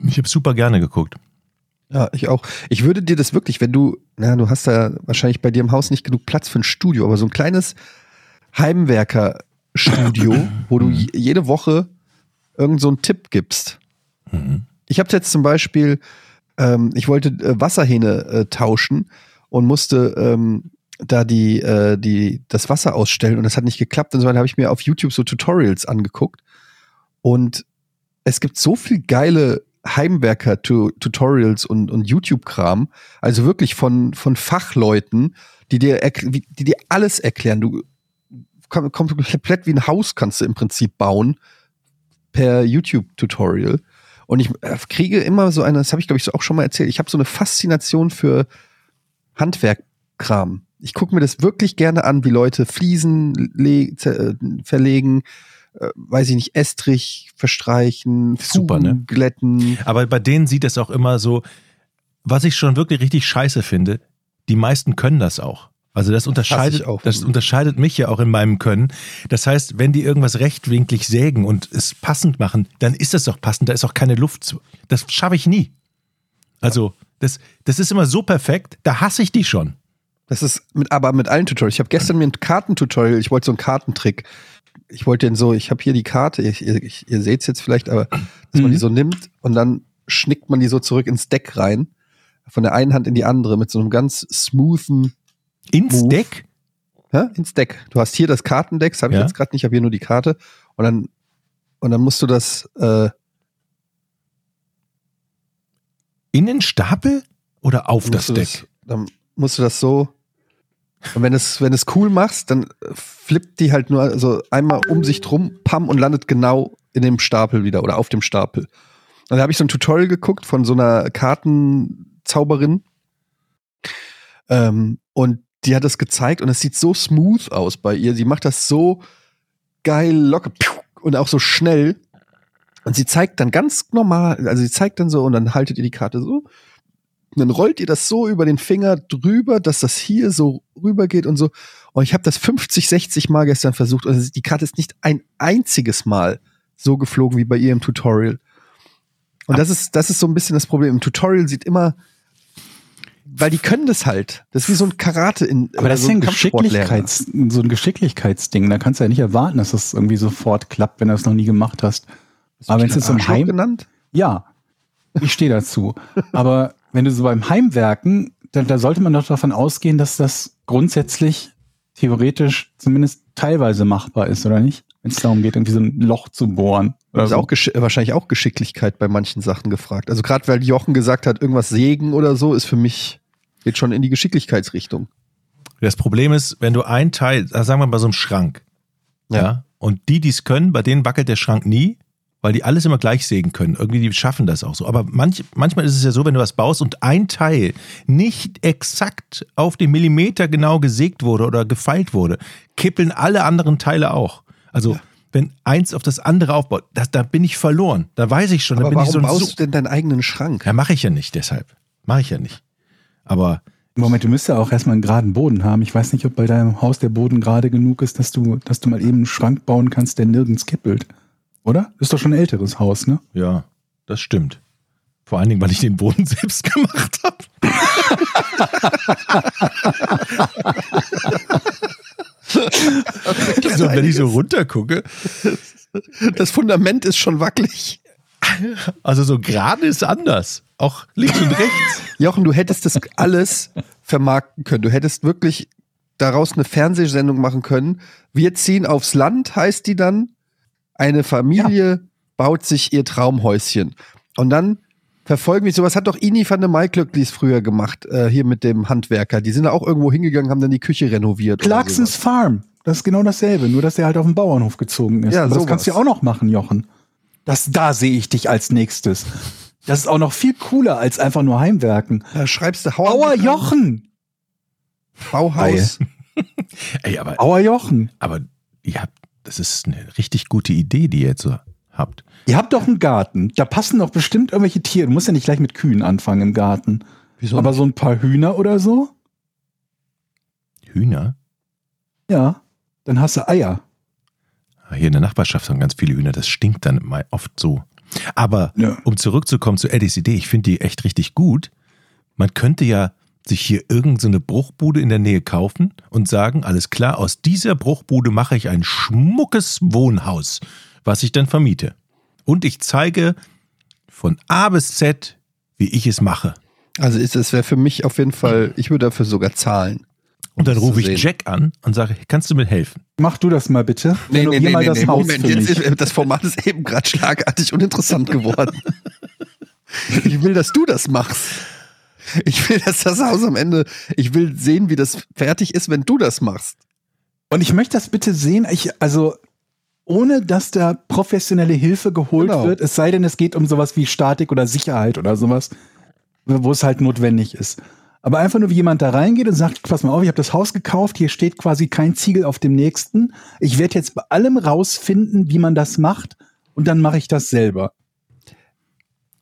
Ich habe super gerne geguckt. Ja, ich auch. Ich würde dir das wirklich, wenn du, na, du hast da wahrscheinlich bei dir im Haus nicht genug Platz für ein Studio, aber so ein kleines Heimwerker-Studio, wo du je- jede Woche irgend so einen Tipp gibst. Ich habe jetzt zum Beispiel, ähm, ich wollte äh, Wasserhähne äh, tauschen und musste ähm, da die, äh, die, das Wasser ausstellen und das hat nicht geklappt. Und so habe ich mir auf YouTube so Tutorials angeguckt und es gibt so viel geile Heimwerker-Tutorials und, und YouTube-Kram, also wirklich von, von Fachleuten, die dir, erk- wie- die dir alles erklären. Du komm- kommst komplett wie ein Haus kannst du im Prinzip bauen per YouTube-Tutorial. Und ich äh, kriege immer so eine, das habe ich glaube ich so auch schon mal erzählt, ich habe so eine Faszination für Handwerkkram. Ich gucke mir das wirklich gerne an, wie Leute Fliesen le- zer- äh, verlegen, äh, weiß ich nicht, Estrich verstreichen, Super, ne? Fugen glätten. Aber bei denen sieht das auch immer so, was ich schon wirklich richtig scheiße finde, die meisten können das auch. Also das unterscheidet, ich auch. das unterscheidet mich ja auch in meinem Können. Das heißt, wenn die irgendwas rechtwinklig sägen und es passend machen, dann ist das doch passend, da ist auch keine Luft zu. Das schaffe ich nie. Also, das, das ist immer so perfekt, da hasse ich die schon. Das ist mit, aber mit allen Tutorials. Ich habe gestern mir ein Kartentutorial, ich wollte so einen Kartentrick. Ich wollte den so, ich habe hier die Karte, ich, ich, ihr seht es jetzt vielleicht, aber dass man die so nimmt und dann schnickt man die so zurück ins Deck rein. Von der einen Hand in die andere mit so einem ganz smoothen, Ins Move. Deck? hä, ins Deck. Du hast hier das Kartendeck, das habe ich Ja. jetzt gerade nicht, ich habe hier nur die Karte. Und dann, und dann musst du das, äh, In den Stapel oder auf musst das du Deck? dann musst du das so. Und wenn es wenn es cool machst, dann äh, flippt die halt nur so einmal um sich drum, pam und landet genau in dem Stapel wieder oder auf dem Stapel. Und da habe ich so ein Tutorial geguckt von so einer Kartenzauberin. Ähm, und die hat das gezeigt und es sieht so smooth aus bei ihr. Sie macht das so geil locker piu, und auch so schnell. Und sie zeigt dann ganz normal, also sie zeigt dann so und dann haltet ihr die Karte so und dann rollt ihr das so über den Finger drüber, dass das hier so rübergeht und so. Und ich habe das 50, 60 Mal gestern versucht. Also die Karte ist nicht ein einziges Mal so geflogen wie bei ihr im Tutorial. Und das ist, das ist so ein bisschen das Problem. Im Tutorial sieht immer, weil die können das halt. Das ist wie so ein Karate in also Aber das Also ist so ja ein, Kampfsportlehrer. Geschicklichkeits, so ein Geschicklichkeitsding. Da kannst du ja nicht erwarten, dass das irgendwie sofort klappt, wenn du das noch nie gemacht hast. Aber wenn es jetzt um Arschloch Heim, genannt? Ja, ich stehe dazu. Aber wenn du so beim Heimwerken, da, da sollte man doch davon ausgehen, dass das grundsätzlich theoretisch zumindest teilweise machbar ist, oder nicht? Wenn es darum geht, irgendwie so ein Loch zu bohren. Oder Das ist so. auch gesch- äh, wahrscheinlich auch Geschicklichkeit bei manchen Sachen gefragt. Also gerade weil Jochen gesagt hat, irgendwas sägen oder so, ist für mich geht schon in die Geschicklichkeitsrichtung. Das Problem ist, wenn du ein Teil, also sagen wir mal bei so einem Schrank, ja. und die, die es können, bei denen wackelt der Schrank nie, weil die alles immer gleich sägen können. Irgendwie die schaffen das auch so. Aber manch, manchmal ist es ja so, wenn du was baust und ein Teil nicht exakt auf den Millimeter genau gesägt wurde oder gefeilt wurde, kippeln alle anderen Teile auch. Also wenn eins auf das andere aufbaut, das, da bin ich verloren. Da weiß ich schon. da Aber bin warum ich so ein baust Su- du denn deinen eigenen Schrank? Ja, mache ich ja nicht. Deshalb mache ich ja nicht. Aber Moment, du müsst ja auch erstmal einen geraden Boden haben. Ich weiß nicht, ob bei deinem Haus der Boden gerade genug ist, dass du, dass du mal eben einen Schrank bauen kannst, der nirgends kippelt. Oder? Ist doch schon ein älteres Haus, ne? Ja, das stimmt. Vor allen Dingen, weil ich den Boden (laughs) selbst gemacht habe. also, wenn ich so runtergucke, Das Fundament ist schon wackelig. also so gerade ist anders. Auch links und rechts. Jochen, du hättest das alles vermarkten können. Du hättest wirklich daraus eine Fernsehsendung machen können. Wir ziehen aufs Land, heißt die dann. Eine Familie baut sich ihr Traumhäuschen. Und dann verfolgen wir sowas. Hat doch Ini van der Mai Glücklies früher gemacht, äh, hier mit dem Handwerker. Die sind da auch irgendwo hingegangen, haben dann die Küche renoviert. oder Clarksons sowas. Farm. Das ist genau dasselbe, nur dass er halt auf den Bauernhof gezogen ist. Ja, Aber das sowas. kannst du ja auch noch machen, Jochen. Das, da sehe ich dich als nächstes. Das ist auch noch viel cooler als einfach nur Heimwerken. Da schreibst du Hauer, Auer Jochen! Bauhaus. Ey, aber, Auer Jochen! aber ihr habt, das ist eine richtig gute Idee, die ihr jetzt so habt. Ihr habt doch einen Garten. Da passen doch bestimmt irgendwelche Tiere. Du musst ja nicht gleich mit Kühen anfangen im Garten. Wieso? Aber so ein paar Hühner oder so? Hühner? Ja. Dann hast du Eier. Ah, Hier in der Nachbarschaft haben ganz viele Hühner. Das stinkt dann immer oft so. Aber Ja. um zurückzukommen zu Eddies Idee, ich finde die echt richtig gut. Man könnte ja sich hier irgendeine so eine Bruchbude in der Nähe kaufen und sagen, alles klar, aus dieser Bruchbude mache ich ein schmuckes Wohnhaus, was ich dann vermiete. Und ich zeige von A bis Z, wie ich es mache. Also ist es wäre für mich auf jeden Fall, ich würde dafür sogar zahlen. Und dann Um das rufe zu ich sehen. Jack an und sage, kannst du mir helfen? Mach du das mal bitte. Renovier mal das Haus Moment, für jetzt mich. ist, das Format ist eben gerade schlagartig uninteressant geworden. ich will, dass du das machst. Ich will, dass das Haus am Ende, ich will sehen, wie das fertig ist, wenn du das machst. Und ich möchte das bitte sehen, ich, also ohne dass da professionelle Hilfe geholt Genau. wird, es sei denn, es geht um sowas wie Statik oder Sicherheit oder sowas, wo es halt notwendig ist. Aber einfach nur, wie jemand da reingeht und sagt, pass mal auf, ich habe das Haus gekauft, hier steht quasi kein Ziegel auf dem nächsten. Ich werde jetzt bei allem rausfinden, wie man das macht und dann mache ich das selber.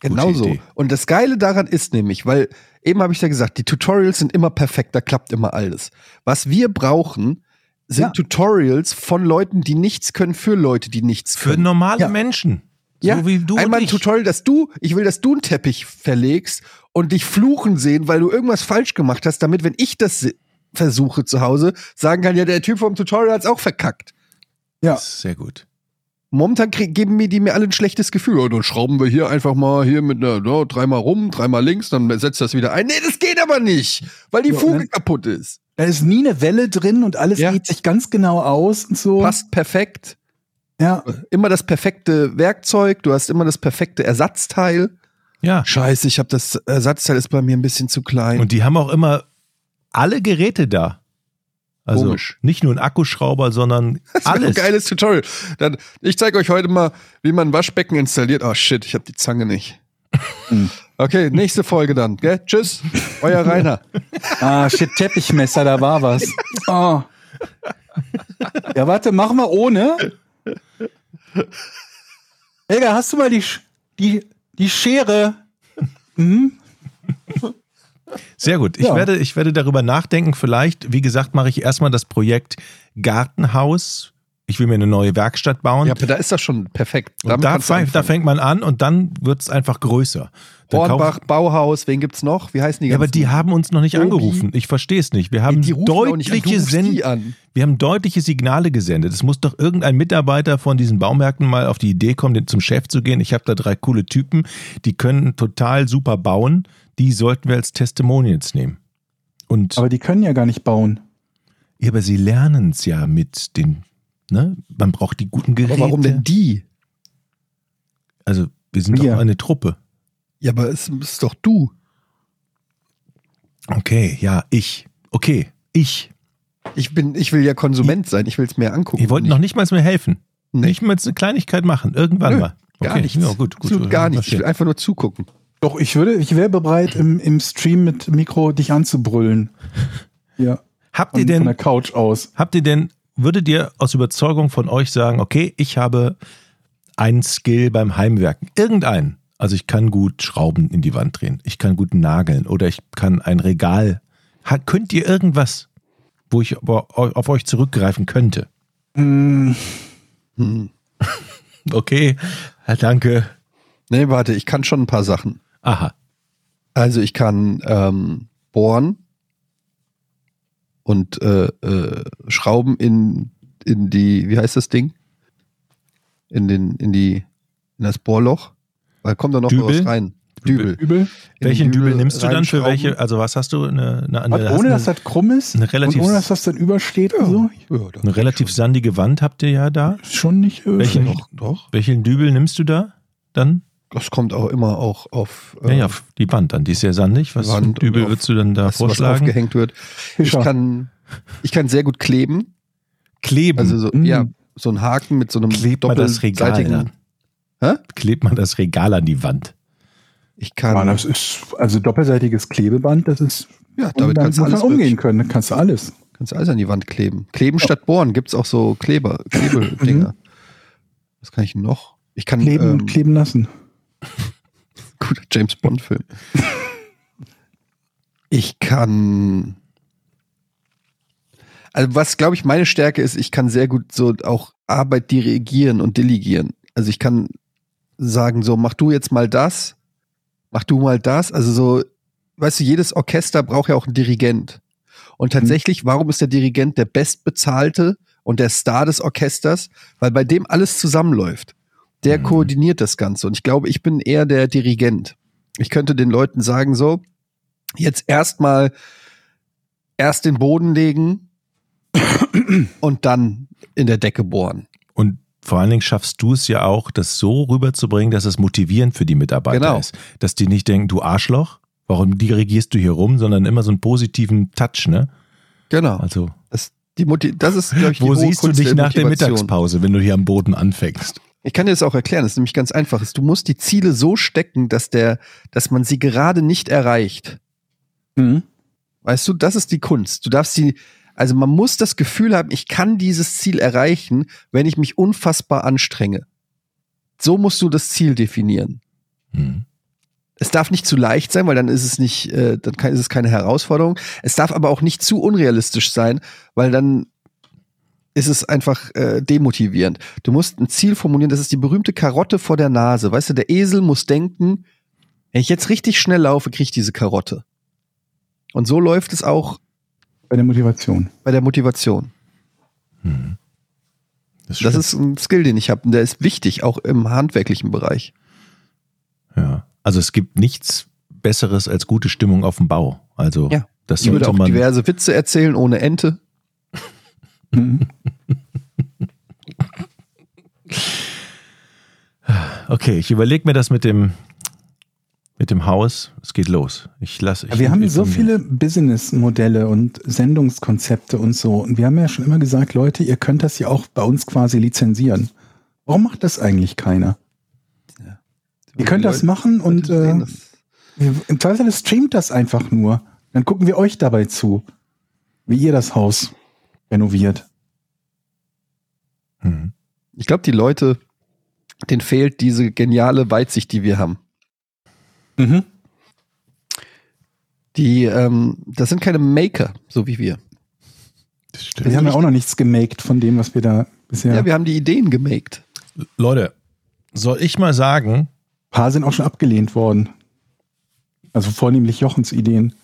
Gute Genau so. Idee. Und das Geile daran ist nämlich, weil eben habe ich ja gesagt, die Tutorials sind immer perfekt, da klappt immer alles. Was wir brauchen, sind Ja. Tutorials von Leuten, die nichts können, für Leute, die nichts Für können. normale Ja. Menschen. Ja, so wie du einmal und ein ich. Tutorial, dass du, ich will, dass du einen Teppich verlegst und dich fluchen sehen, weil du irgendwas falsch gemacht hast, damit, wenn ich das se- versuche zu Hause, sagen kann, ja, der Typ vom Tutorial hat's auch verkackt. Ja. Sehr gut. Momentan krie- geben mir die mir alle ein schlechtes Gefühl. Und dann schrauben wir hier einfach mal hier mit einer, ja, dreimal rum, dreimal links, dann setzt das wieder ein. Nee, das geht aber nicht, weil die Ja, Fuge ne? kaputt ist. Da ist nie eine Welle drin und alles Ja. geht sich ganz genau aus und so. Passt perfekt. Ja. Immer das perfekte Werkzeug, du hast immer das perfekte Ersatzteil. Ja. Scheiße, ich habe das Ersatzteil ist bei mir ein bisschen zu klein. Und die haben auch immer alle Geräte da. Also Komisch. nicht nur ein (laughs) Akkuschrauber, sondern Das wäre ein alles. geiles Tutorial. Dann, ich zeige euch heute mal, wie man ein Waschbecken installiert. Oh shit, ich habe die Zange (laughs) nicht. Okay, nächste Folge dann. Gell? Tschüss, euer (laughs) Rainer. Ah, shit, Teppichmesser, da war was. Oh. Ja, warte, machen wir ohne. Helga, hast du mal die, Sch- die, die Schere? Sehr gut. Ich, Ja. werde, ich werde darüber nachdenken. Vielleicht, wie gesagt, mache ich erstmal das Projekt Gartenhaus. Ich will mir eine neue Werkstatt bauen. ja, aber da ist das schon perfekt. und Damit da, kannst du fang, da anfangen. fängt man an und dann wird es einfach größer. Dann Hornbach, kauf- Bauhaus, wen gibt's noch? Wie heißen die Ja, aber die haben uns noch nicht Obi. angerufen. Ich verstehe es nicht. Wir haben die rufen auch nicht an, du deutliche rufst Send- die an. Wir haben deutliche Signale gesendet. Es muss doch irgendein Mitarbeiter von diesen Baumärkten mal auf die Idee kommen, den- zum Chef zu gehen. Ich habe da drei coole Typen, die können total super bauen. Die sollten wir als Testimonials nehmen. Und Aber die können ja gar nicht bauen. ja, aber sie lernen es ja mit den, ne? Man braucht die guten Geräte. aber warum denn die? Also wir sind Wir. doch eine Truppe. Ja, aber es ist doch du. Okay, ja, ich. Okay, ich. Ich bin, ich will ja Konsument sein. Ich will es mir angucken. Ihr wollt noch nicht mal mehr helfen. Oh, Nee. Nicht mal eine Kleinigkeit machen. Irgendwann Nö, mal. Okay, Gar nichts. Ja, gut, gut. Absolut gar nichts. Ich Verstehe. will einfach nur zugucken. Doch, ich würde, ich wäre bereit, im, im Stream mit Mikro dich anzubrüllen. Ja, Habt ihr von, denn von der Couch aus. Habt ihr denn, würdet ihr aus Überzeugung von euch sagen, okay, ich habe einen Skill beim Heimwerken, irgendeinen. Also ich kann gut Schrauben in die Wand drehen, ich kann gut nageln oder ich kann ein Regal. Ha, könnt ihr irgendwas, wo ich auf, auf euch zurückgreifen könnte? (laughs) Okay, ja, danke. Nee, warte, ich kann schon ein paar Sachen. Aha. Also ich kann ähm, bohren und äh, äh, Schrauben in, in die, wie heißt das Ding? In den, in die, in das Bohrloch. Weil kommt da noch Dübel? was rein. Dübel. Dübel. Übel. In den Welchen Dübel nimmst du dann für reinschrauben. welche? Also was hast du? Eine, eine, eine, Und hast ohne, eine, dass das krumm ist eine relativ- und ohne, dass das dann übersteht und so. Ja, da- eine relativ sandige Wand habt ihr ja da. Schon nicht äh, Welchen- schlecht. doch, doch. Welchen Dübel nimmst du da dann? Das kommt auch immer auch auf äh, Ja, ja, auf die Wand dann. Die ist ja sandig. Was für ein Ähm, Wand und Dübel auf würdest du denn da was, was vorschlagen? aufgehängt wird. Ich Fischer. kann, ich kann sehr gut kleben. Kleben. Also so, Mhm. ja, so ein Haken mit so einem Klebt mal das Regal doppelseitigen. Hä? an. Klebt man das Regal an die Wand. Ich Mann, kann, das ist also doppelseitiges Klebeband, das ist ja, damit und dann kannst du muss man alles umgehen umgehen. können, dann kannst du alles. Kannst du alles an die Wand kleben. Kleben statt bohren gibt's auch so Kleber, Klebedinger. Was kann ich noch? Ich kann Kleben und ähm, kleben lassen. Guter James Bond-Film. ich kann. Also, was glaube ich meine Stärke ist, ich kann sehr gut so auch Arbeit dirigieren und delegieren. Also, ich kann sagen, so mach du jetzt mal das, mach du mal das. Also so, weißt du, jedes Orchester braucht ja auch einen Dirigent. Und tatsächlich, warum ist der Dirigent der bestbezahlte und der Star des Orchesters? Weil bei dem alles zusammenläuft. Der Mhm. koordiniert das Ganze. Und ich glaube, ich bin eher der Dirigent. Ich könnte den Leuten sagen, so, jetzt erstmal erst den Boden (coughs) legen und dann in der Decke bohren. Und vor allen Dingen schaffst du es ja auch, das so rüberzubringen, dass es motivierend für die Mitarbeiter Genau. ist. Dass die nicht denken, du Arschloch, warum dirigierst du hier rum, sondern immer so einen positiven Touch, ne? Genau. Also, Das, die Mutti, das ist, glaube ich, die wo hohe siehst du Kunst dich nach der Motivation. Mittagspause, wenn du hier am Boden anfängst? Ich kann dir das auch erklären, das ist nämlich ganz einfach. Du musst die Ziele so stecken, dass, der, dass man sie gerade nicht erreicht. Mhm. Weißt du, das ist die Kunst. Du darfst sie, also man muss das Gefühl haben, ich kann dieses Ziel erreichen, wenn ich mich unfassbar anstrenge. So musst du das Ziel definieren. Hm. Es darf nicht zu leicht sein, weil dann ist es nicht, äh, dann kann, ist es keine Herausforderung. Es darf aber auch nicht zu unrealistisch sein, weil dann ist es einfach äh, demotivierend. Du musst ein Ziel formulieren, das ist die berühmte Karotte vor der Nase. Weißt du, der Esel muss denken, wenn ich jetzt richtig schnell laufe, kriege ich diese Karotte. Und so läuft es auch Bei der Motivation. bei der Motivation. Das stimmt. ist ein Skill, den ich habe. Und der ist wichtig, auch im handwerklichen Bereich. Ja. Also es gibt nichts Besseres als gute Stimmung auf dem Bau. Also Ja. das Ich würde sollte auch man. diverse Witze erzählen ohne Ente. Okay, ich überlege mir das mit dem mit dem Haus. Es geht los. Ich lasse. Ja, wir haben so viele Businessmodelle und Sendungskonzepte und so. Und wir haben ja schon immer gesagt, Leute, ihr könnt das ja auch bei uns quasi lizenzieren. Warum macht das eigentlich keiner? Ihr könnt das machen und Leute sehen äh, das. wir, im Zweifel streamt das einfach nur. Dann gucken wir euch dabei zu, wie ihr das Haus renoviert. Hm. Ich glaube, die Leute, denen fehlt diese geniale Weitsicht, die wir haben. Mhm. Die, ähm, das sind keine Maker, so wie wir. Das Wir stimmt. haben ja auch noch nichts gemaked von dem, was wir da bisher. Ja, wir haben die Ideen gemaked. (laughs) Leute, soll ich mal sagen? (laughs) ein paar sind auch schon abgelehnt worden. Also vornehmlich Jochens Ideen.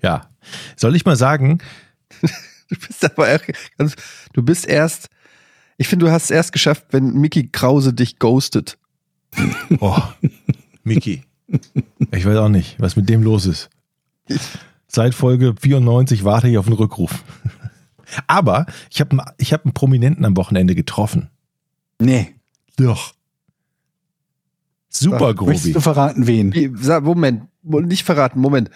ja. Soll ich mal sagen? Du bist aber erst, ganz- du bist erst, ich finde, du hast es erst geschafft, wenn Mickey Krause dich ghostet. (laughs) Oh, Miki. Ich weiß auch nicht, was mit dem los ist. Seit Folge 94 warte ich auf einen Rückruf. (laughs) Aber ich habe einen, ich hab einen Prominenten am Wochenende getroffen. Nee. Doch. Super Möchtest Grobi. du verraten, wen? Wie, sa- Moment, mo- nicht verraten, Moment.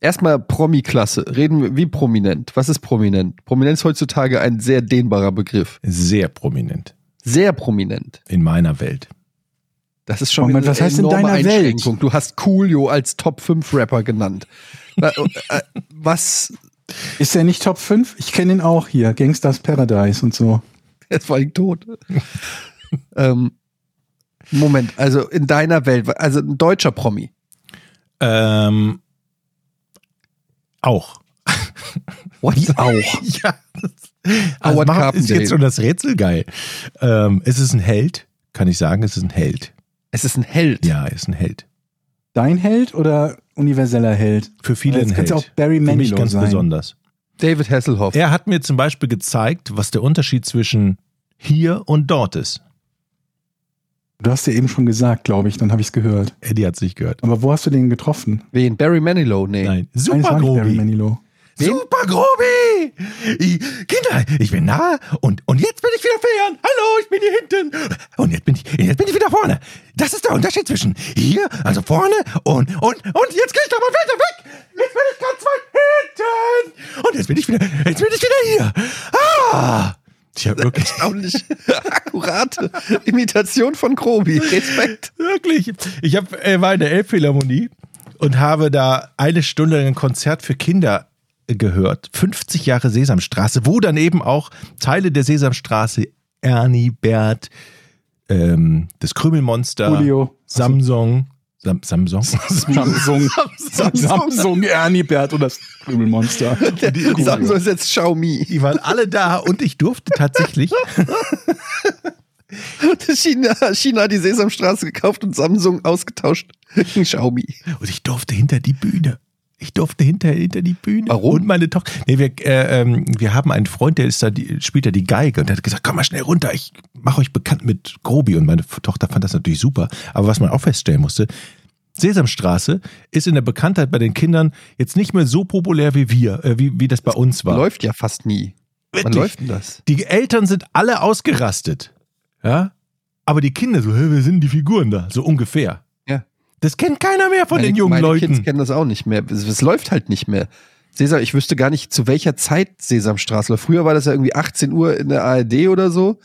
Erstmal Promi-Klasse. Reden wir wie prominent. Was ist prominent? Prominent ist heutzutage ein sehr dehnbarer Begriff. Sehr prominent Sehr prominent. in meiner Welt. Das ist schon Moment, wieder was eine heißt in enorme deiner Welt? Einschränkung. Du hast Coolio als Top 5 Rapper genannt. Na, äh, was? (laughs) Ist er nicht Top 5? Ich kenne ihn auch hier. Gangsters Paradise und so. Jetzt war ich tot. ähm, Moment, also in deiner Welt, also ein deutscher Promi. Ähm, auch. Wie auch? (laughs) Ja. Das Howard macht, Also ist Carpendale. jetzt schon das Rätsel geil. Ähm, es ist ein Held, kann ich sagen, es ist ein Held. Es ist ein Held. Ja, er ist ein Held. Dein Held oder universeller Held? Für viele Jetzt ein Held. könnte auch Barry Für mich Manilow ganz sein. besonders. David Hasselhoff. Er hat mir zum Beispiel gezeigt, was der Unterschied zwischen hier und dort ist. Du hast ja eben schon gesagt, glaube ich, dann habe ich es gehört. Eddie hat es nicht gehört. Aber wo hast du den getroffen? Wen? Barry Manilow? Nee. Nein, Nein, es super war nicht Barry Grobi. Manilow. Super Grobi! I- Kinder, ich bin nah und, und jetzt bin ich wieder fern. Hallo, ich bin hier hinten. Und jetzt bin ich, jetzt bin ich wieder vorne. Das ist der Unterschied zwischen hier, also vorne und, und, und jetzt gehe ich doch mal weiter weg. Jetzt bin ich ganz weit hinten. Und jetzt bin ich wieder, jetzt bin ich wieder hier. Ah! Ich habe wirklich, (laughs) Erstaunlich akkurate Imitation von (laughs) Grobi. Respekt. (laughs) wirklich, ich hab, äh, war in der Elbphilharmonie und habe da eine Stunde ein Konzert für Kinder äh, gehört. 50 Jahre Sesamstraße, wo dann eben auch Teile der Sesamstraße, Ernie, Bert, ähm, das Krümelmonster, Julio. Samsung, Sam Samsung, (laughs) Samsung. Samsung, Ernie Bert und das (laughs) Krümelmonster. Samsung ist jetzt Xiaomi. (laughs) die waren alle da und ich durfte tatsächlich China, China hat die Sesamstraße gekauft und Samsung ausgetauscht (laughs) gegen Xiaomi. Und ich durfte hinter die Bühne. Ich durfte hinter, hinter die Bühne. Warum? Und meine Tochter. Nee, wir, äh, ähm, wir haben einen Freund, der ist da, die, spielt da die Geige und der hat gesagt, komm mal schnell runter, ich mache euch bekannt mit Grobi. Und meine Tochter fand das natürlich super. Aber was man auch feststellen musste, Sesamstraße ist in der Bekanntheit bei den Kindern jetzt nicht mehr so populär wie wir, äh, wie, wie das bei uns war. Läuft ja fast nie. Wann Wirklich? läuft denn das? Die Eltern sind alle ausgerastet. Ja? Aber die Kinder so, hä, wer sind die Figuren da? So ungefähr. Ja. Das kennt keiner mehr von meine, den jungen meine Leuten. Kids kennen das auch nicht mehr. Es, es läuft halt nicht mehr. Sesam, ich wüsste gar nicht, zu welcher Zeit Sesamstraße läuft. Früher war das ja irgendwie 18 Uhr in der ARD oder so.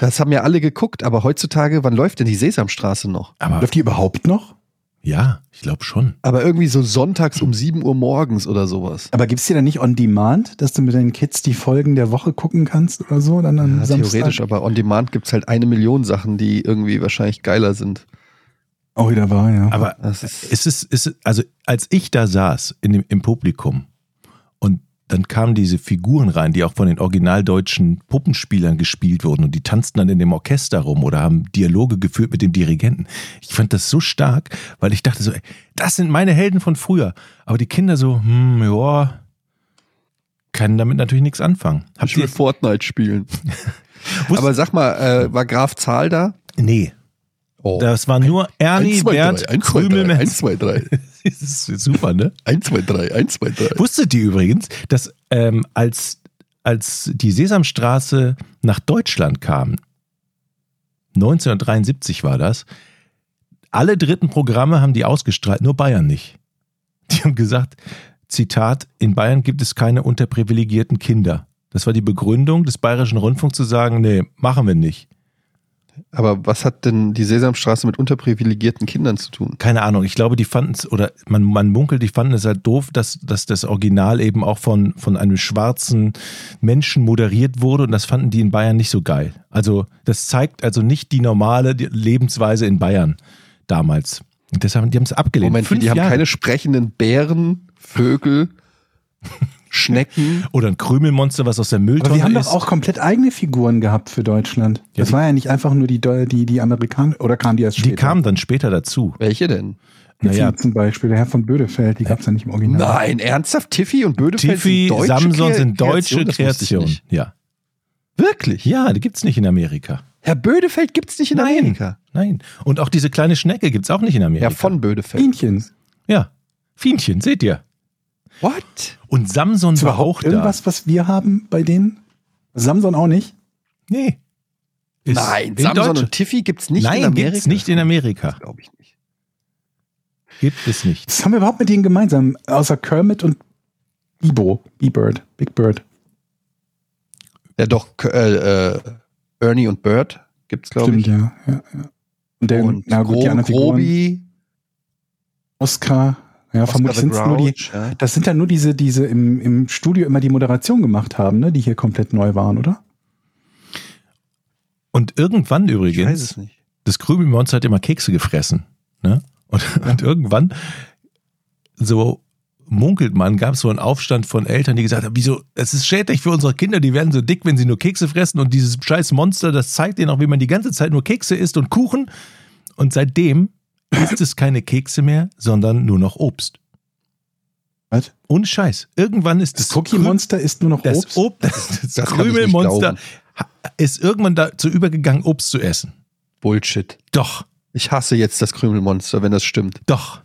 Das haben ja alle geguckt, aber heutzutage, wann läuft denn die Sesamstraße noch? Aber Läuft die überhaupt noch? ja, ich glaube schon. Aber irgendwie so sonntags um 7 Uhr morgens oder sowas. Aber gibt's die dann nicht on demand, dass du mit deinen Kids die Folgen der Woche gucken kannst oder so? Dann am Ja, Samstag? theoretisch, aber on demand gibt es halt eine Million Sachen, die irgendwie wahrscheinlich geiler sind. Auch wieder wahr, Oh, ja. Aber Das ist ist- es, ist es, also als ich da saß in dem, im Publikum und dann kamen diese Figuren rein, die auch von den originaldeutschen Puppenspielern gespielt wurden und die tanzten dann in dem Orchester rum oder haben Dialoge geführt mit dem Dirigenten. Ich fand das so stark, weil ich dachte so, ey, das sind meine Helden von früher. Aber die Kinder so, hm, ja, können damit natürlich nichts anfangen. Habt Ich will ihr, Fortnite (laughs) spielen. aber sag mal, äh, war Graf Zahl da? nee, Oh. das war nur Ernie, Ah, Bernd, 1, 2, 3, 1, Krümelmensch. 2, 3, (laughs) Das ist super, ne? 1, 2, 3, 1, 2, 3. Wusstet ihr übrigens, dass ähm, als, als die Sesamstraße nach Deutschland kam, 1973 war das, alle dritten Programme haben die ausgestrahlt, nur Bayern nicht. Die haben gesagt, Zitat, in Bayern gibt es keine unterprivilegierten Kinder. Das war die Begründung des Bayerischen Rundfunks zu sagen, nee, machen wir nicht. Aber was hat denn die Sesamstraße mit unterprivilegierten Kindern zu tun? keine Ahnung, ich glaube, die fanden es, oder man, man munkelt, die fanden es halt doof, dass, dass das Original eben auch von, von einem schwarzen Menschen moderiert wurde und das fanden die in Bayern nicht so geil. Also das zeigt also nicht die normale die- Lebensweise in Bayern damals. Und deshalb, die haben es abgelehnt. Moment, Fünf die haben Jahre. keine sprechenden Bären, Vögel, (laughs) Schnecken. Oder ein Krümelmonster, was aus der Aber Mülltonne wir haben ist. doch auch komplett eigene Figuren gehabt für Deutschland. Ja, das die- war ja nicht einfach nur die, Deu- die, die Amerikaner, oder kamen die erst die später? kamen dann später dazu. Welche denn? Tiffy naja. zum Beispiel, der Herr von Bödefeld, die gab's ja nicht im Original. Nein, ernsthaft? Tiffy und Bödefeld Tiffy, sind deutsche Samson Kre- sind deutsche Kreationen? Das wusste ich Kreationen. nicht. Ja. Wirklich? ja, die gibt es nicht in Amerika. Herr Bödefeld gibt's nicht in Nein. Amerika. Nein. Und auch diese kleine Schnecke gibt es auch nicht in Amerika. Ja, von Bödefeld. Hähnchen. Ja. Fienchen, seht ihr. What? Und Samson Ist war auch überhaupt da. irgendwas, was wir haben bei denen? Samson auch nicht? Nee. Ist Nein, in Samson Deutschland. und Tiffy gibt's nicht Nein, in Amerika. gibt's nicht in Amerika. Das Glaub ich nicht. Gibt es nicht. Was haben wir überhaupt mit denen gemeinsam? Außer Kermit und Bibo, B-Bird, Big Bird. Ja, doch, K- äh, äh, Ernie und Bird gibt's, glaube ich. ja. ja, ja. Und der, Und na gut, die Gro- anderen Figuren. Grobi, Oscar, ja, Oscar vermutlich the sind es nur die. Grouch, ja. Das sind ja nur diese, diese im, im Studio immer die Moderation gemacht haben, ne, die hier komplett neu waren, oder? Und irgendwann Ich weiß es übrigens, nicht. das Krümelmonster hat immer Kekse gefressen. Ne? Und, und irgendwann, so munkelt man, gab es so einen Aufstand von Eltern, die gesagt haben, wieso, es ist schädlich für unsere Kinder, die werden so dick, wenn sie nur Kekse fressen und dieses scheiß Monster, das zeigt ihnen auch, wie man die ganze Zeit nur Kekse isst und Kuchen. Und seitdem ist es keine Kekse mehr, sondern nur noch Obst. Was? Ohne Scheiß. Irgendwann ist das, Das Cookie Monster ist nur noch Das Obst. Ob- das, das, Das kann ich nicht Krümelmonster glauben. ha- ist irgendwann dazu übergegangen, Obst zu essen. Bullshit. Doch, Ich hasse jetzt das Krümelmonster, wenn das stimmt. doch.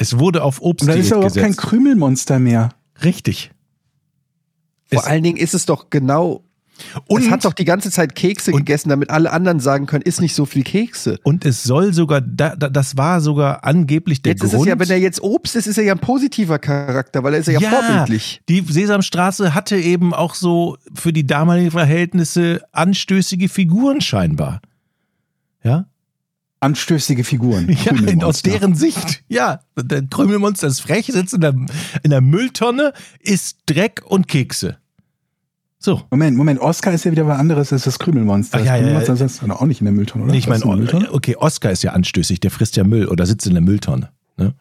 Es wurde auf Obst Und dann ist ja überhaupt kein gesetzt. Krümelmonster mehr. Richtig. Vor Es- allen Dingen ist es doch genau. Und es Und, hat doch die ganze Zeit Kekse und- gegessen, damit alle anderen sagen können, ist nicht so viel Kekse. und es soll sogar, da, da, das war sogar angeblich der Jetzt Grund. ist es ja, wenn er jetzt Obst ist, ist er ja ein positiver Charakter, weil er ist ja, ja vorbildlich. Die Sesamstraße hatte eben auch so für die damaligen Verhältnisse anstößige Figuren scheinbar. Ja? Anstößige Figuren. (laughs) Ja, in, aus Krümelmonster. deren Sicht. Ja, der Krümelmonster ist frech, sitzt in der, in der Mülltonne, isst Dreck und Kekse. So. Moment, Moment, Oscar ist ja wieder was anderes als das Ach, Krümelmonster. ja, das ja, Krümelmonster ist doch auch nicht in der Mülltonne, oder? Nee, ich meine, Das ist in der Mülltonne? okay, Oscar ist ja anstößig, der frisst ja Müll oder sitzt in der Mülltonne. Ne?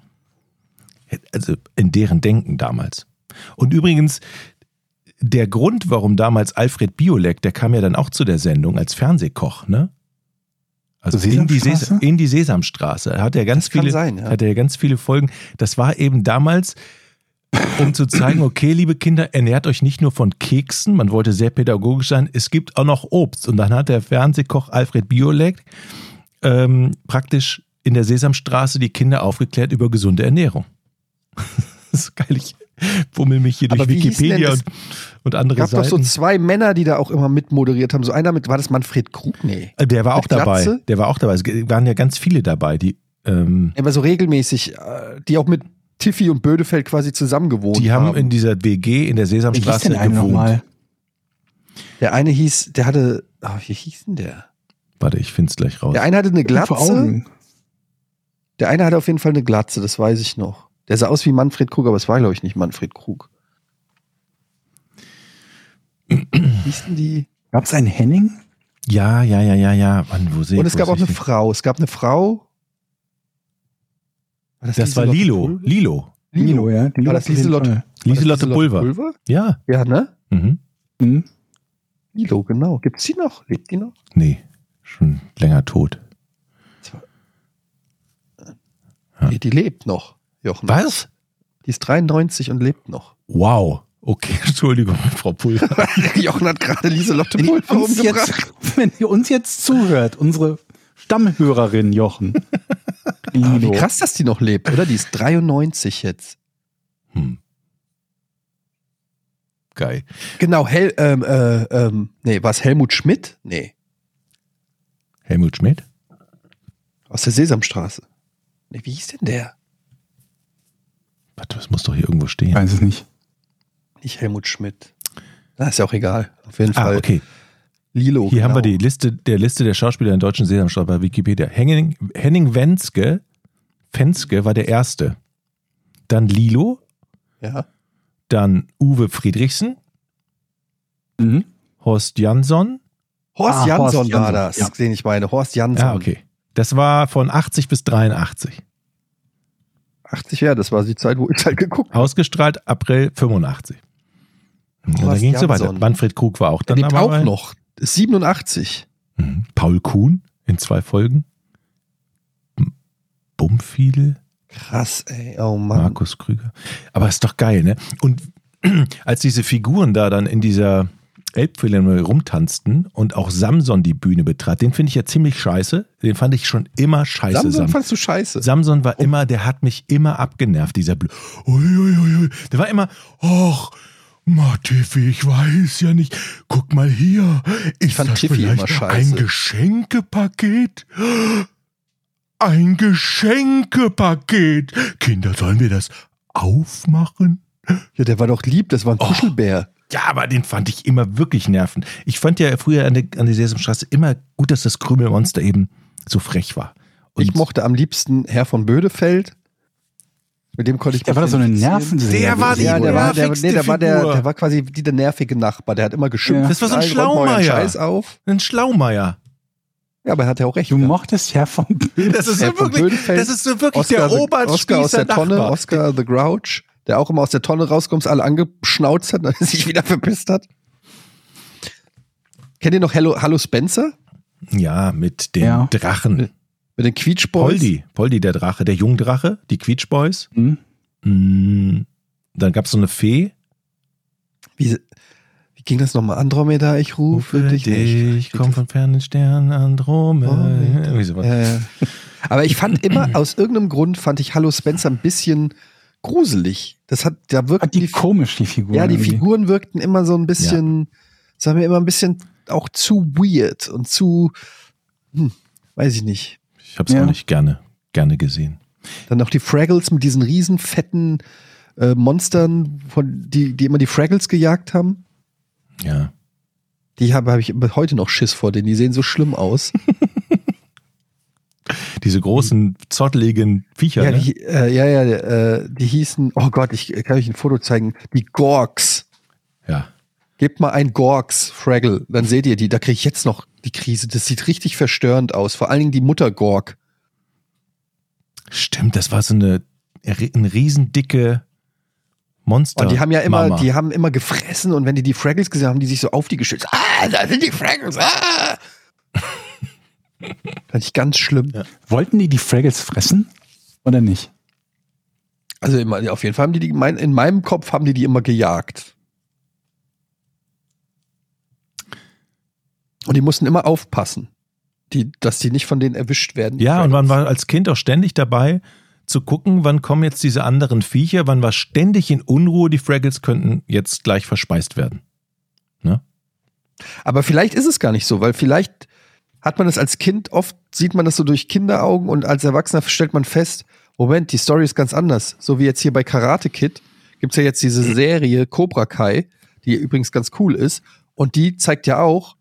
Also in deren Denken damals. Und übrigens, der Grund, warum damals Alfred Biolek, der kam ja dann auch zu der Sendung als Fernsehkoch, ne? Also in die, Sesamstraße? Sesa- in die Sesamstraße. Hat er ganz Das kann viele, sein, ja. hat er ganz viele Folgen. Das war eben damals, um zu zeigen, okay, liebe Kinder, ernährt euch nicht nur von Keksen, man wollte sehr pädagogisch sein, es gibt auch noch Obst. Und dann hat der Fernsehkoch Alfred Biolek ähm, praktisch in der Sesamstraße die Kinder aufgeklärt über gesunde Ernährung. (laughs) das ist geil, ich bummel mich hier Aber durch wie hieß denn Wikipedia das- und, und andere Gab doch so Seiten. zwei Männer, die da auch immer mitmoderiert haben. So einer mit, war das Manfred Krug? Nee. Äh, der war auch mit dabei. Glatze? Der war auch dabei. Es g- waren ja ganz viele dabei, die ähm, Aber so regelmäßig, äh, die auch mit Tiffy und Bödefeld quasi zusammen gewohnt Die haben haben. in dieser WG in der Wie hieß Sesamstraße denn einer gewohnt. nochmal? der eine hieß, der hatte, oh, wie hieß denn der? Warte, ich find's gleich raus. Der eine hatte eine Vor Glatze. Augen. Der eine hatte auf jeden Fall eine Glatze, das weiß ich noch. Der sah aus wie Manfred Krug, aber es war, glaube ich, nicht Manfred Krug. hieß denn die? Gab es einen Henning? Ja, ja, ja, ja, ja. Mann, wo sehe Und es wo gab seh auch eine ich den? Frau. Es gab eine Frau. War Das war Lieselotte Lilo. Pulver? Lilo. Lilo, ja. Lilo War das auf jeden Lieselotte? Fall. War das Lieselotte Pulver. Ja. Ja, ne? Mhm. Hm? Lilo, genau. Gibt's die noch? Lebt die noch? Nee, schon länger tot. Nee, die lebt noch. Jochen. Was? Die ist 93 und lebt (laughs) noch. Wow. Okay, (laughs) Entschuldigung, Frau Pulver. Jochen hat gerade Lieselotte Wenn ihr, Pulver uns umgebracht. jetzt, (laughs) wenn ihr uns jetzt zuhört, unsere Stammhörerin (laughs) Jochen. Aber Wie Lilo. krass, dass die noch lebt, oder? Die ist 93 jetzt. Hm. Geil. Genau, Hel ähm, äh, ähm, nee, war es Helmut Schmidt? Nee, Helmut Schmidt? aus der Sesamstraße. Nee, wie hieß denn der? Warte, das muss doch hier irgendwo stehen. Weiß es nicht. Nicht Helmut Schmidt. Na, ist ja auch egal. Auf jeden Ah, Fall. okay. Lilo. Hier haben wir die genau. Liste der Liste der Schauspieler in deutschen Sesamstraße bei Wikipedia. Henning, Henning Wenske, Fenske war der erste. Dann Lilo, Ja. Ah, dann Uwe Friedrichsen, Mhm. Horst Jansson. Horst Ah, Jansson Horst war Jansson, das, ja. den ich meine. Horst Jansson. Ah, okay. Das war von 80 bis 83. 80 Jahre, das war die Zeit, wo ich halt geguckt Ausgestrahlt April 85. Und dann Horst ging es so weiter. Jansson. Manfred Krug war auch habe. Der dann lebt aber auch bei- noch. Ist 87. Mhm. Paul Kuhn in zwei Folgen. M- Bumfiedel. Krass, ey. Oh Mann. Markus Krüger. Aber ist doch geil, ne? Und (clears throat) als diese Figuren da dann in dieser Elbphilharmonie rumtanzten und auch Samson die Bühne betrat, den finde ich ja ziemlich scheiße. Den fand ich schon immer scheiße. Samson Sam fandst du scheiße. Samson Oh. war immer, der hat mich immer abgenervt, dieser Bl Uiuiui. Der war immer, ach, Ma, Tiffy, ich weiß ja nicht. Guck mal hier. Ist fand das Tiffy vielleicht immer ein scheiße. Geschenkepaket? Ein Geschenkepaket. Kinder, sollen wir das aufmachen? ja, der war doch lieb, das war ein Oh. Kuschelbär. Ja, aber den fand ich immer wirklich nervend. Ich fand ja früher an der, an der Sesamstraße immer gut, dass das Krümelmonster eben so frech war. Und Ich mochte am liebsten Herr von Bödefeld. Mit dem konnte ich Der war doch so eine identifizieren. Nervensäge. Ah, Der war die Ja, der war, der, nervigste nee, der, war der, Figur. der war quasi wie der nervige Nachbar. Der hat immer geschimpft. Ja. Das war so ein Allen räumt mal euren Schlaumeier. Scheiß auf. einen Schlaumeier. Ja, aber er hat ja auch recht. Du gehabt. mochtest ja vom Das ist Herr so von wirklich, Bödenfeld, das ist so wirklich Oscar, der the, Oscar aus Oberspießer der Tonne, Nachbar. Oscar the Grouch, der auch immer aus der Tonne rauskommt, alle angeschnauzt hat (laughs) und sich wieder verpisst hat. Kennt ihr noch Hello, Hallo Spencer? Ja, mit den Ja. Drachen. Mit den Quietschboys? Poldi, Poldi der Drache, der Jungdrache, die Quietschboys. Mhm. Mm, Dann gab es so eine Fee. Wie, wie ging das nochmal? Andromeda, ich rufe dich nicht. komm von fernen Sternen, Andromeda. Andromeda. Irgendwie sowas. Äh, aber ich fand immer, aus irgendeinem Grund fand ich Hallo Spencer ein bisschen gruselig. Das hat, da wirkt Hat Ah, die komisch, die Figur. Ja, die irgendwie. Figuren wirkten immer so ein bisschen, sagen wir immer ein bisschen auch zu weird und zu, hm, weiß ich nicht. Ich habe es Ja. auch nicht gerne, gerne gesehen. Dann noch die Fraggles mit diesen riesen fetten äh, Monstern, von, die, die immer die Fraggles gejagt haben. Ja. Die habe hab ich heute noch Schiss vor, denn die sehen so schlimm aus. Diese großen, zotteligen Viecher. Ja, ne? die, äh, ja, ja äh, die hießen, oh Gott, ich kann euch ein Foto zeigen, die Gorks. ja. Gebt mal ein Gorks, Fraggle, dann seht ihr die. Da kriege ich jetzt noch die Krise. Das sieht richtig verstörend aus. Vor allen Dingen die Mutter Gork. Stimmt, das war so eine, eine riesendicke Monster. Und Oh, die haben ja immer, Mama. die haben immer gefressen und wenn die die Fraggles gesehen haben, haben die sich so auf die geschützt. Ah, da sind die Fraggles. Ah. (laughs) Fand ich ganz schlimm. Wollten die die Fraggles fressen? Oder nicht? Also immer, auf jeden Fall haben die die, mein, in meinem Kopf haben die die immer gejagt. Und die mussten immer aufpassen, die, dass die nicht von denen erwischt werden. die Ja, und man Fraggles. war als Kind auch ständig dabei zu gucken, wann kommen jetzt diese anderen Viecher, wann war ständig in Unruhe, die Fraggles könnten jetzt gleich verspeist werden. Aber vielleicht ist es gar nicht so, weil vielleicht hat man das als Kind oft, sieht man das so durch Kinderaugen und als Erwachsener stellt man fest, Moment, die Story ist ganz anders. So wie jetzt hier bei Karate Kid gibt's ja jetzt diese Serie Cobra Kai, die übrigens ganz cool ist und die zeigt ja auch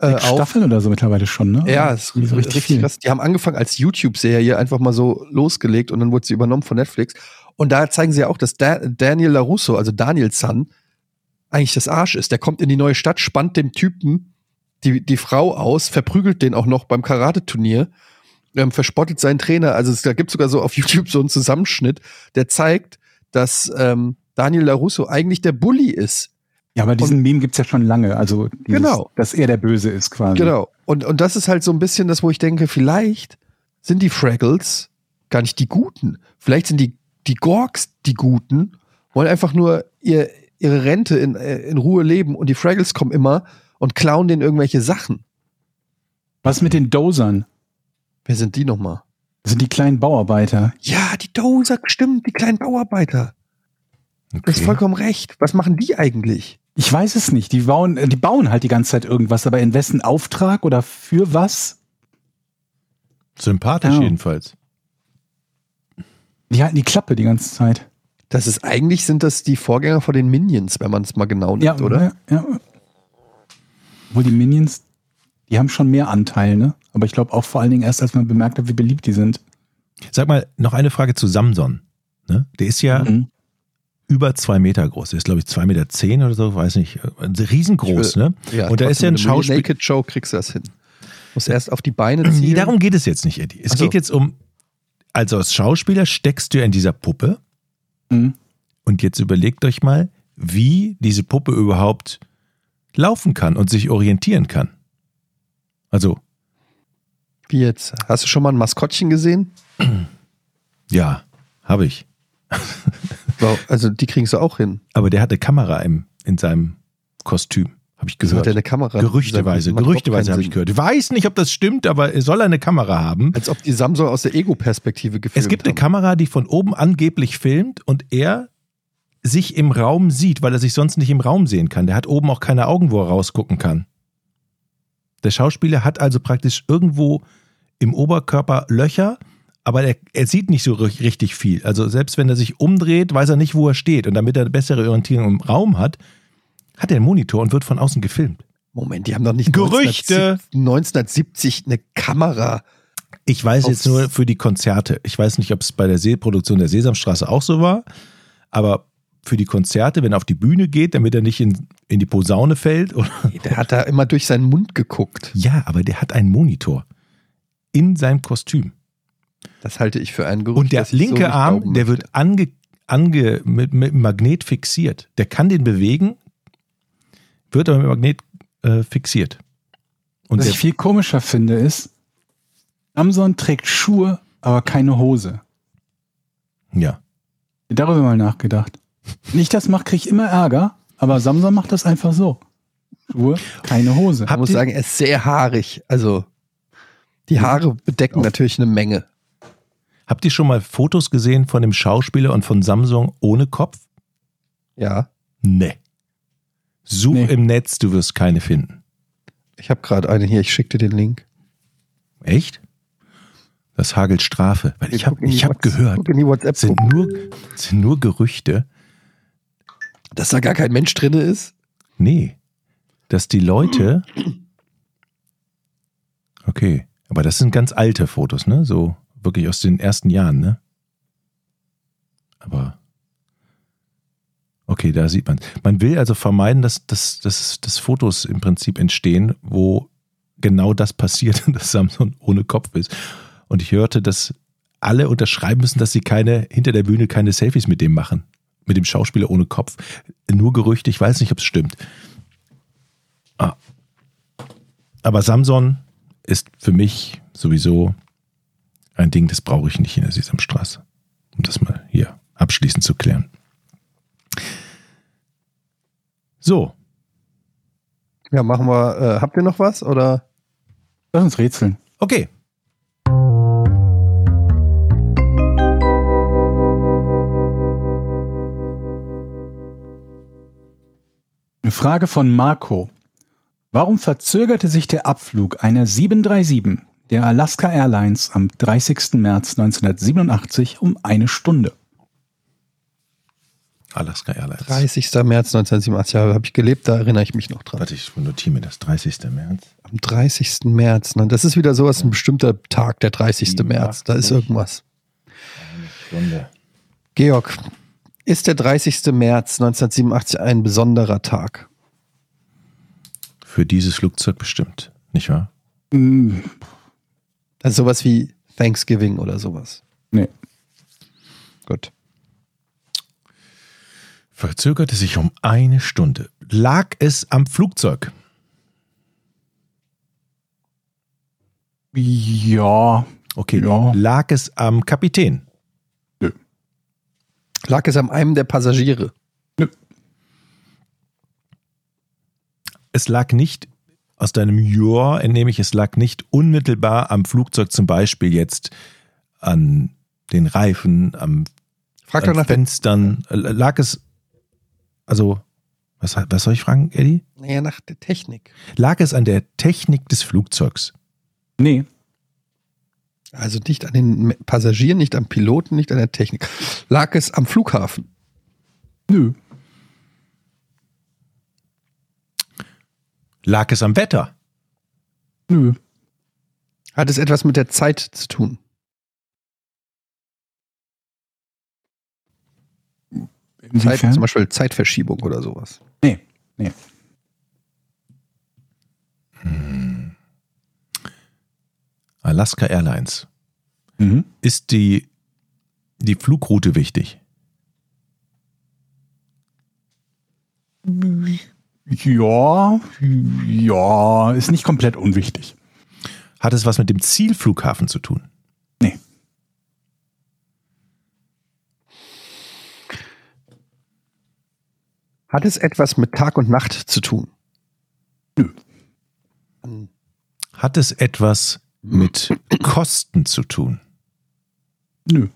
äh, Sechs auf, Staffeln oder so mittlerweile schon, ne? ja, es ist so richtig, richtig krass. Die haben angefangen als YouTube-Serie einfach mal so losgelegt und dann wurde sie übernommen von Netflix. Und da zeigen sie ja auch, dass da Daniel LaRusso, also Daniel Sun, eigentlich das Arsch ist. Der kommt in die neue Stadt, spannt dem Typen die, die Frau aus, verprügelt den auch noch beim Karateturnier, ähm, verspottet seinen Trainer. Also es, da gibt sogar so auf (laughs) YouTube so einen Zusammenschnitt, der zeigt, dass ähm, Daniel LaRusso eigentlich der Bully ist. Ja, aber diesen Meme gibt's ja schon lange. Also, dieses, Genau. dass er der Böse ist quasi. Genau. Und, und das ist halt so ein bisschen das, wo ich denke, vielleicht sind die Fraggles gar nicht die Guten. Vielleicht sind die, die Gorgs die Guten, wollen einfach nur ihr, ihre Rente in, äh, in Ruhe leben und die Fraggles kommen immer und klauen denen irgendwelche Sachen. Was mit den Dozern? Wer sind die nochmal? Das sind die kleinen Bauarbeiter. Ja, die Dozer, stimmt, die kleinen Bauarbeiter. Du hast vollkommen recht. Was machen die eigentlich? Ich weiß es nicht. Die bauen, äh, die bauen halt die ganze Zeit irgendwas, aber in wessen Auftrag oder für was? Sympathisch Genau. Ja. jedenfalls. Die halten die Klappe die ganze Zeit. Das ist eigentlich sind das die Vorgänger von den Minions, wenn man es mal genau nimmt, oder? Ja, ja. Obwohl die Minions, die haben schon mehr Anteil, ne? Aber ich glaube auch vor allen Dingen erst, als man bemerkt hat, wie beliebt die sind. Sag mal, noch eine Frage zu Samson. Ne? Der ist ja Mhm. über zwei Meter groß. Der ist, glaube ich, zwei Meter zehn oder so, weiß nicht. Riesengroß, Ich will- ne? und da ist ja ein Schauspieler. Naked Show kriegst du das hin. Muss erst auf die (clears throat) Beine ziehen. Nee, darum geht es jetzt nicht, Eddie. Es Ach so. geht jetzt um, also als Schauspieler steckst du ja in dieser Puppe. Mhm. Und jetzt überlegt euch mal, wie diese Puppe überhaupt laufen kann und sich orientieren kann. Also, Wie jetzt? Hast du schon mal ein Maskottchen gesehen? ja, habe ich. Wow, Also die kriegen sie auch hin. Aber der hatte Kamera im, in seinem Kostüm, habe ich Das hat gehört. ja eine Kamera. Gerüchteweise, Macht überhaupt gerüchteweise keinen habe ich Sinn. gehört. Weiß nicht, ob das stimmt, aber er soll eine Kamera haben. Als ob die Samsung aus der Ego-Perspektive gefilmt Es gibt eine haben. Kamera, die von oben angeblich filmt und er sich im Raum sieht, weil er sich sonst nicht im Raum sehen kann. Der hat oben auch keine Augen, wo er rausgucken kann. Der Schauspieler hat also praktisch irgendwo im Oberkörper Löcher, aber er, er sieht nicht so ri- richtig viel. Also selbst wenn er sich umdreht, weiß er nicht, wo er steht. Und damit er eine bessere Orientierung im Raum hat, hat er einen Monitor und wird von außen gefilmt. Moment, die haben doch nicht Gerüchte. 1970 eine Kamera. Ich weiß Auf- jetzt nur für die Konzerte. Ich weiß nicht, ob es bei der Seeproduktion der Sesamstraße auch so war, aber für die Konzerte, wenn er auf die Bühne geht, damit er nicht in, in die Posaune fällt. Oder Der hat da immer durch seinen Mund geguckt. ja, aber der hat einen Monitor in seinem Kostüm. Das halte ich für einen Gerücht. Und der das ich so linke nicht glauben Arm, möchte. der wird ange, ange, mit, mit dem Magnet fixiert. Der kann den bewegen, wird aber mit dem Magnet äh, fixiert. Und Was der, ich viel komischer finde, ist, Samson trägt Schuhe, aber keine Hose. ja. Darüber mal nachgedacht. Wenn ich das mache, kriege ich immer Ärger, aber Samson macht das einfach so. Schuhe, keine Hose. Ich muss sagen, er ist sehr haarig. Also die Haare bedecken natürlich eine Menge. Habt ihr schon mal Fotos gesehen von dem Schauspieler und von Samsung ohne Kopf? Ja. Nee. Such Nee. im Netz, du wirst keine finden. Ich habe gerade eine hier, ich schicke dir den Link. Echt? Das hagelt Strafe. Weil ich guck habe in die ich hab Whats- gehört, Guck in die WhatsApp. sind nur, sind nur Gerüchte. Dass da gar kein Mensch drin ist? Nee. Dass die Leute. Okay. Aber das sind ganz alte Fotos, ne? So wirklich aus den ersten Jahren, ne? Aber. Okay, da sieht man. Man will also vermeiden, dass, dass, dass, dass Fotos im Prinzip entstehen, wo genau das passiert, (laughs) dass Samson ohne Kopf ist. Und ich hörte, dass alle unterschreiben müssen, dass sie keine, hinter der Bühne keine Selfies mit dem machen. mit dem Schauspieler ohne Kopf. Nur Gerüchte, ich weiß nicht, ob es stimmt. Ah. Aber Samson ist für mich sowieso ein Ding, das brauche ich nicht in der Sesamstraße. Um das mal hier abschließend zu klären. So, Ja, machen wir. Äh, habt ihr noch was? Oder? Lass uns rätseln. okay. Eine Frage von Marco. Warum verzögerte sich der Abflug einer 737 der Alaska Airlines am 30. März 1987 um eine Stunde? Alaska Airlines. 30. März 1987 habe ich gelebt, da erinnere ich mich noch dran. Warte, ich notiere mir das. 30. März. Am 30. März. Ne? Das ist wieder sowas, ein bestimmter Tag, der 30. März. Da ist irgendwas. Stunde. Georg, ist der 30. März 1987 ein besonderer Tag? Für dieses Flugzeug bestimmt, nicht wahr? Also sowas wie Thanksgiving oder sowas. Nee. Gut. Verzögerte sich um eine Stunde. Lag es am Flugzeug? Ja. Okay. Ja. Lag es am Kapitän? Lag es an einem der Passagiere? Es lag nicht, aus deinem Jahr entnehme ich, es lag nicht unmittelbar am Flugzeug, zum Beispiel jetzt an den Reifen, am Frag doch an nach der, Fenstern. Äh, Lag es, also, was, was soll ich fragen, Eddie? naja, nach der Technik. Lag es an der Technik des Flugzeugs? Nee. Also nicht an den Passagieren, nicht am Piloten, nicht an der Technik. Lag es am Flughafen? Nö. Lag es am Wetter? Nö. Hat es etwas mit der Zeit zu tun? Zeit, Inwiefern? zum Beispiel Zeitverschiebung oder sowas. Nee. Nee. Alaska Airlines. Mhm. Ist die, die Flugroute wichtig? Ja. Ja. Ist nicht komplett unwichtig. Hat es was mit dem Zielflughafen zu tun? Nee. Hat es etwas mit Tag und Nacht zu tun? Hat es etwas mit Kosten zu tun? Nö.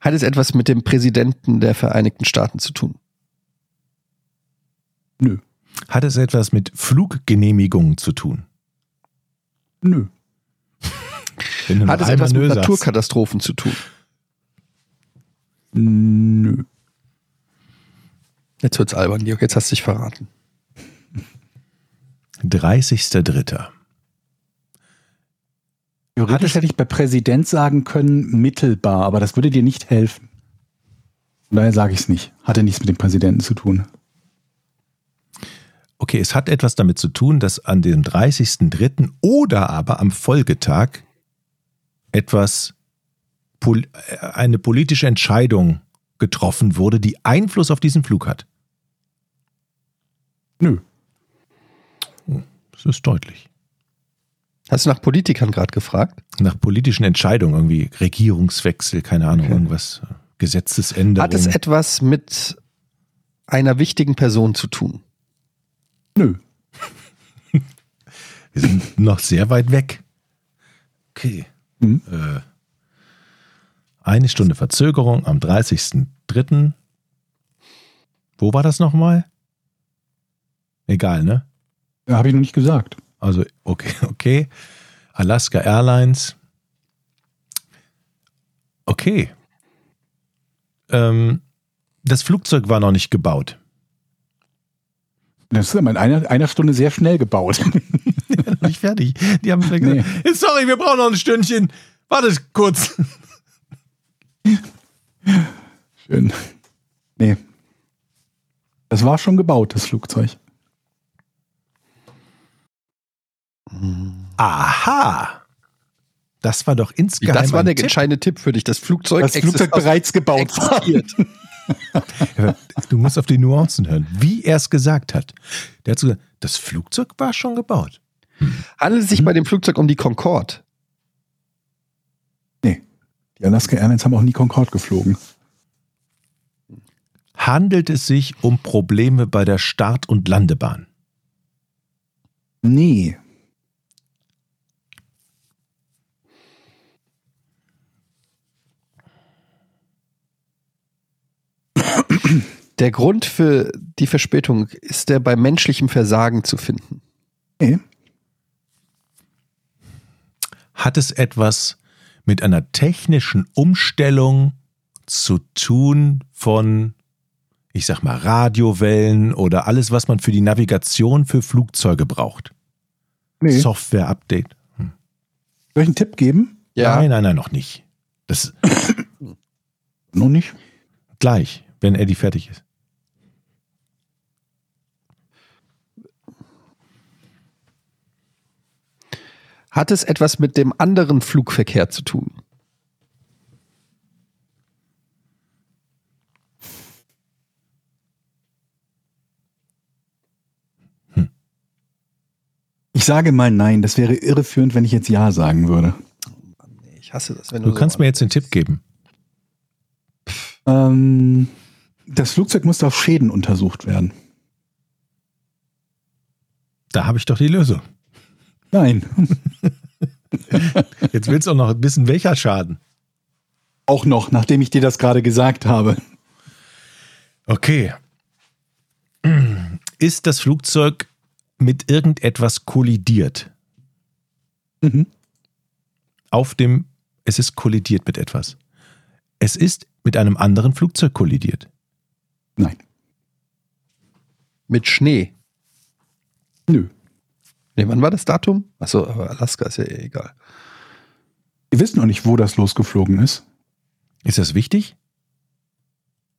Hat es etwas mit dem Präsidenten der Vereinigten Staaten zu tun? Nö. Hat es etwas mit Fluggenehmigungen zu tun? Nö. Wenn du Hat noch es etwas einmal mit Nö sagst. Naturkatastrophen zu tun? Nö. Jetzt wird's albern, Georg, jetzt hast du dich verraten. 30.03. Theoretisch hätte ich bei Präsident sagen können, mittelbar, aber das würde dir nicht helfen. Von daher sage ich es nicht. Hatte nichts mit dem Präsidenten zu tun. Okay, es hat etwas damit zu tun, dass an dem 30.03. oder aber am Folgetag etwas, pol- äh, eine politische Entscheidung getroffen wurde, die Einfluss auf diesen Flug hat. Nö. Das ist deutlich. Hast du nach Politikern gerade gefragt? Nach politischen Entscheidungen, irgendwie Regierungswechsel, keine Ahnung, irgendwas, äh, Gesetzesänderung. Hm. Hat es etwas mit einer wichtigen Person zu tun? Nö. Wir sind noch sehr weit weg. Okay. Mhm. Äh, eine Stunde Verzögerung am 30.03. Wo war das nochmal? Egal, ne? Ja, Habe ich noch nicht gesagt. Also, okay, (laughs) okay. Alaska Airlines. Okay. Ähm, das Flugzeug war noch nicht gebaut. Das ist aber in einer, einer Stunde sehr schnell gebaut. (laughs) Noch nicht fertig. Die haben (laughs) vielleicht gesagt, sorry, wir brauchen noch ein Stündchen. Wartet kurz. Schön. Nee. Das war schon gebaut, das Flugzeug. Aha. Das war doch insgeheim das war ein der Tipp. entscheidende Tipp für dich. Das Flugzeug Das Flugzeug existiert- bereits gebaut war. (laughs) existiert. Du musst auf die Nuancen hören, wie er es gesagt hat. Der hat so gesagt, das Flugzeug war schon gebaut. Handelt es sich Hm? bei dem Flugzeug um die Concorde? Die Alaska Airlines haben auch nie Concorde geflogen. Handelt es sich um Probleme bei der Start- und Landebahn? Nee. Der Grund für die Verspätung ist der bei menschlichem Versagen zu finden. Nee. Hat es etwas mit einer technischen Umstellung zu tun von, ich sag mal, Radiowellen oder alles, was man für die Navigation für Flugzeuge braucht? nee. Software-Update? Soll ich einen Tipp geben? Nein, nein, nein, noch nicht. Das Noch nicht. gleich, wenn Eddie fertig ist. Hat es etwas mit dem anderen Flugverkehr zu tun? Ich sage mal nein. Das wäre irreführend, wenn ich jetzt Ja sagen würde. Ich hasse das, wenn Du kannst mir jetzt den Tipp geben. Ähm, das Flugzeug musste auf Schäden untersucht werden. Da habe ich doch die Lösung. Nein. (laughs) Jetzt willst du auch noch wissen, welcher Schaden. Auch noch, nachdem ich dir das gerade gesagt habe. Okay. (clears throat) Ist das Flugzeug mit irgendetwas kollidiert? Mhm. Auf dem, es ist kollidiert mit etwas. Es ist mit einem anderen Flugzeug kollidiert. Nein. mit Schnee. Nö. Nee, wann war das Datum? Achso, aber Alaska ist ja eh egal. Wir wissen noch nicht, wo das losgeflogen ist. Ist das wichtig?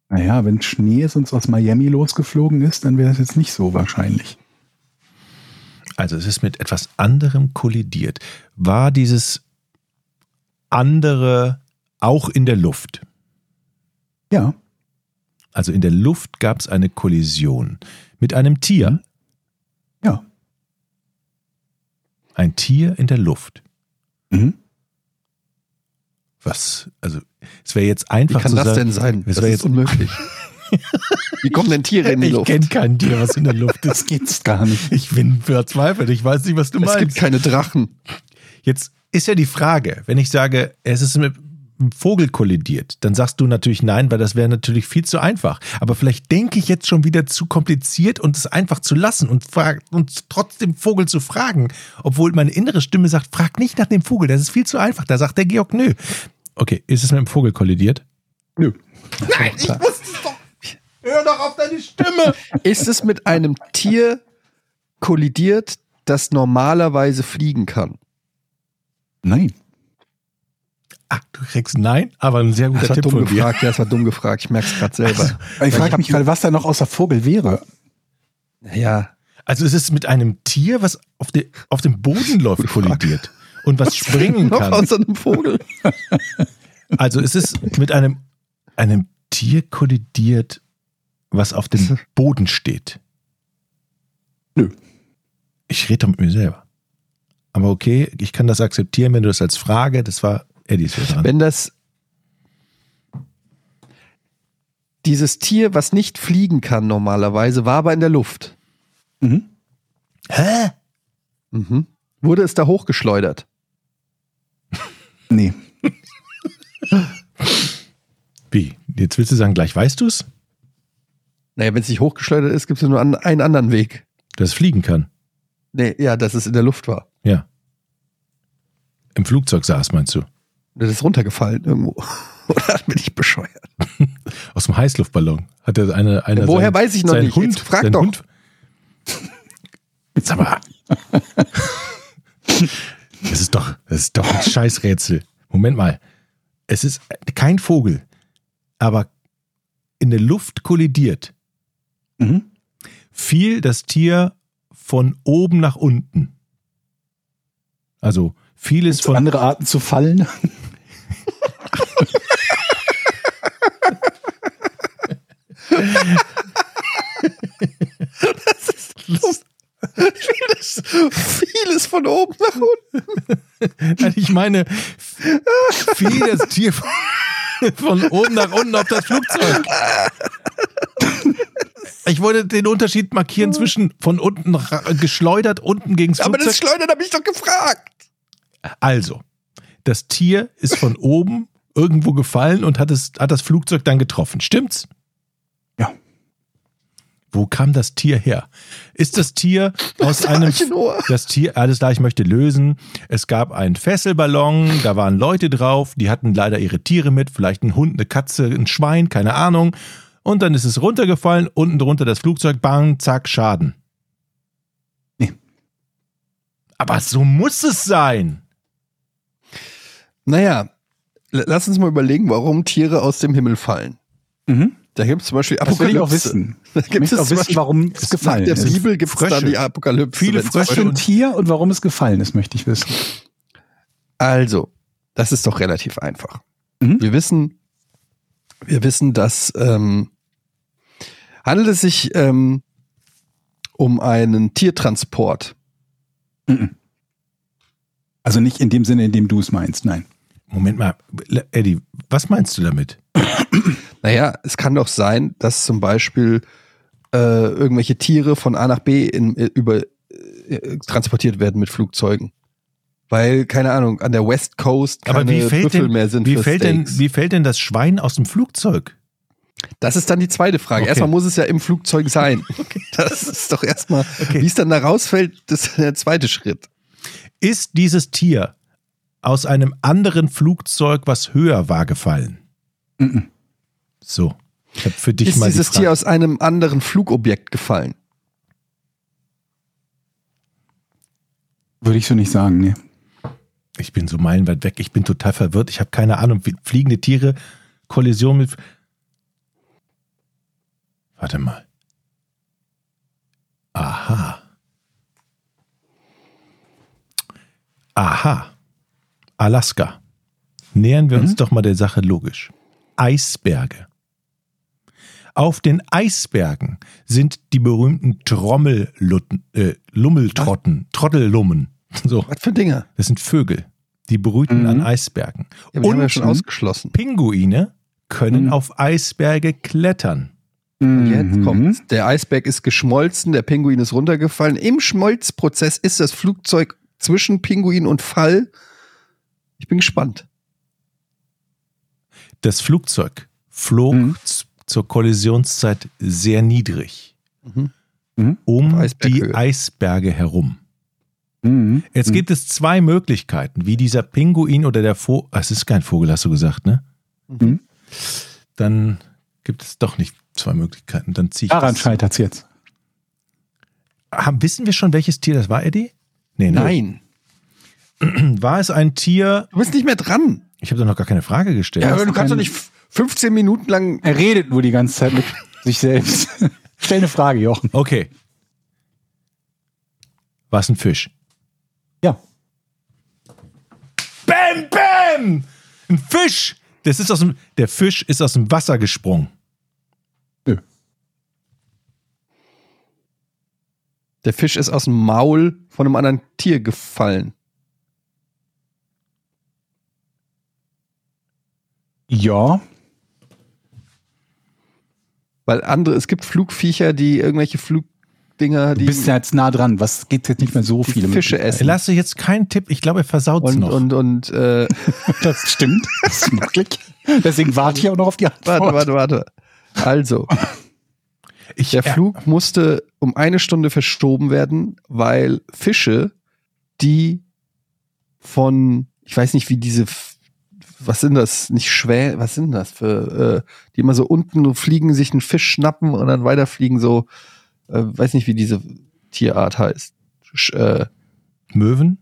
Naja, wenn Schnee ist und es aus Miami losgeflogen ist, dann wäre das jetzt nicht so wahrscheinlich. Also es ist mit etwas anderem kollidiert. War dieses andere auch in der Luft? Ja. Also in der Luft gab es eine Kollision mit einem Hm? Tier. Ja. Ein Tier in der Luft. Mhm. Was? Also es wäre jetzt Wie einfach kann zu das sagen, denn sein? Das Das, wär ist jetzt- unmöglich. Wie kommen denn Tiere in die (laughs) ich Luft? kenne kein Tier, was in der Luft ist. Das geht's gar nicht. Ich bin verzweifelt. Ich weiß nicht, was du Es meinst. gibt keine Drachen. Jetzt ist ja die Frage, wenn ich sage, es ist mit einem Vogel kollidiert, dann sagst du natürlich nein, weil das wäre natürlich viel zu einfach. Aber vielleicht denke ich jetzt schon wieder zu kompliziert und es einfach zu lassen und, frag, und trotzdem Vogel zu fragen, obwohl meine innere Stimme sagt, frag nicht nach dem Vogel, das ist viel zu einfach. Da sagt der Georg, nö. Okay, ist es mit dem Vogel kollidiert? Nö. Ist es mit einem Tier kollidiert, das normalerweise fliegen kann? Nein. Ach, du kriegst nein, aber ein sehr guter Das war Tipp dumm von dir. gefragt. Ja, das war dumm gefragt. Ich merke es gerade (laughs) selber. Ich frage mich gerade, was da noch außer Vogel wäre. Ja, Also ist es mit einem Tier, was auf, de, auf dem Boden läuft, kollidiert und was springen noch kann. außer einem Vogel. Also es ist mit einem, einem Tier kollidiert, was auf Mhm. dem Boden steht. Nö. Ich rede doch mit mir selber. Aber okay, ich kann das akzeptieren, wenn du das als Frage, das war Eddies dran. Wenn das dieses Tier, was nicht fliegen kann normalerweise, war aber in der Luft. Mhm. Hä? Mhm. Wurde es da hochgeschleudert? Nee. Wie? Jetzt willst du sagen, gleich weißt du es, Naja, wenn es nicht hochgeschleudert ist, gibt es nur an, einen anderen Weg. dass es fliegen kann. Nee, ja, dass es in der Luft war. Ja. Im Flugzeug saß, meinst du? Das ist runtergefallen irgendwo. (laughs) Oder bin ich bescheuert? Aus dem Heißluftballon. Hat er eine, eine Ja, woher weiß ich noch seinen nicht? Hund, Jetzt frag seinen doch. Hund. Jetzt aber. das ist doch, das ist doch ein Scheißrätsel. Moment mal. Es ist kein Vogel, aber in der Luft kollidiert. Mhm. Fiel das Tier von oben nach unten. Also vieles Zu von andere Arten zu fallen. Vieles, vieles von oben nach unten. Nein, Ich meine, fiel das Tier von, von oben nach unten auf das Flugzeug. Ich wollte den Unterschied markieren zwischen von unten ra- geschleudert, unten gegens Aber das Flugzeug. Schleudern habe ich doch gefragt. also, das Tier ist (laughs) von oben irgendwo gefallen und hat, es, hat das Flugzeug dann getroffen. Stimmt's? Ja. Wo kam das Tier her? Ist das Tier aus einem. Arschloch. Das Tier, alles klar, ich möchte lösen. Es gab einen Fesselballon, da waren Leute drauf, die hatten leider ihre Tiere mit, vielleicht ein Hund, eine Katze, ein Schwein, keine Ahnung. Und dann ist es runtergefallen, unten drunter das Flugzeug, bang, zack, Schaden. Nee. Aber so muss es sein. Naja, l- lass uns mal überlegen, warum Tiere aus dem Himmel fallen. Mhm. Da gibt es zum Beispiel Das will ich auch Apokalypse. wissen. (laughs) Da Ich gibt möchte auch es wissen, warum es Nach gefallen der ist. Bibel gibt es dann Frösche. die Apokalypse. Viele wenn's Frösche Was für ein Frösche- Tier und warum es gefallen ist, möchte ich wissen. Also, das ist doch relativ einfach. Mhm. Wir wissen, wir wissen, dass ähm, handelt es sich ähm, um einen Tiertransport. Also nicht in dem Sinne, in dem du es meinst, nein. Moment mal, Eddie, was meinst du damit? Naja, es kann doch sein, dass zum Beispiel äh, irgendwelche Tiere von A nach B in, äh, über, äh, transportiert werden mit Flugzeugen. Weil, keine Ahnung, an der West Coast keine Aber wie fällt, Büffel denn, mehr sind wie, für fällt denn, Steaks. wie fällt denn das Schwein aus dem Flugzeug? Das ist dann die zweite Frage. Okay. Erstmal muss es ja im Flugzeug (laughs) sein. Das ist doch erstmal, Okay. wie es dann da rausfällt, das ist der zweite Schritt. Ist dieses Tier aus einem anderen Flugzeug, was höher war, gefallen? Mhm. So, ich habe für dich ist mal die dieses Frage. Tier aus einem anderen Flugobjekt gefallen? Würde ich so nicht sagen, nee. ich bin so meilenweit weg, ich bin total verwirrt, ich habe keine Ahnung, wie fliegende Tiere, Kollision mit... Warte mal. Aha. Aha. Alaska. Nähern wir uns doch mal der Sache logisch. Eisberge. Auf den Eisbergen sind die berühmten Trommellutten, äh, Lummeltrotten, Trottellummen. So. Was für Dinger? Das sind Vögel, die brüten Mhm. an Eisbergen. Ja, wir haben Und ja schon ausgeschlossen. Pinguine können Mhm. auf Eisberge klettern. Und Jetzt Mhm. kommt's. Der Eisberg ist geschmolzen, der Pinguin ist runtergefallen. Im Schmolzprozess ist das Flugzeug zwischen Pinguin und Fall. Ich bin gespannt. Das Flugzeug flog Mhm. z- zur Kollisionszeit sehr niedrig Mhm. Mhm. um Auf Eisberghöhe. die Eisberge herum. Mhm. Jetzt gibt es zwei Möglichkeiten, wie dieser Pinguin oder der Vogel, es ist kein Vogel, hast du gesagt, ne? Mhm. Dann gibt es doch nicht zwei Möglichkeiten. Dann ziehe ich Daran das. scheitert es jetzt. Haben, wissen wir schon, welches Tier das war, Eddie? Nee, ne? Nein. War es ein Tier? Du bist nicht mehr dran. Ich habe doch noch gar keine Frage gestellt. Ja, aber du doch kannst doch keinen- nicht 15 Minuten lang. Er redet nur die ganze Zeit mit (laughs) sich selbst. (laughs) Stell eine Frage, Jochen. Okay. War es ein Fisch? Ja. Bam, bam! Ein Fisch! Das ist aus dem, der Fisch ist aus dem Wasser gesprungen. Nö. Der Fisch ist aus dem Maul von einem anderen Tier gefallen. Ja. Weil andere, es gibt Flugviecher, die irgendwelche Flugdinger, Du die, bist ja jetzt nah dran. Was geht jetzt nicht mehr so die viele Fische Möglichkeiten. Ich essen. lasse jetzt keinen Tipp, ich glaube, er versaut es Hm. Und, noch. und, und, (laughs) äh, Das (laughs) stimmt. Das ist möglich. Deswegen warte ich auch noch auf die Antwort. warte, warte, warte. Also, ich, der er- Flug musste um eine Stunde verschoben werden, weil Fische, die von, ich weiß nicht, wie diese, F- was sind das, nicht schwer, was sind das für, äh, die immer so unten fliegen, sich einen Fisch schnappen und dann weiterfliegen, so, äh, weiß nicht, wie diese Tierart heißt. Sch, äh, Möwen?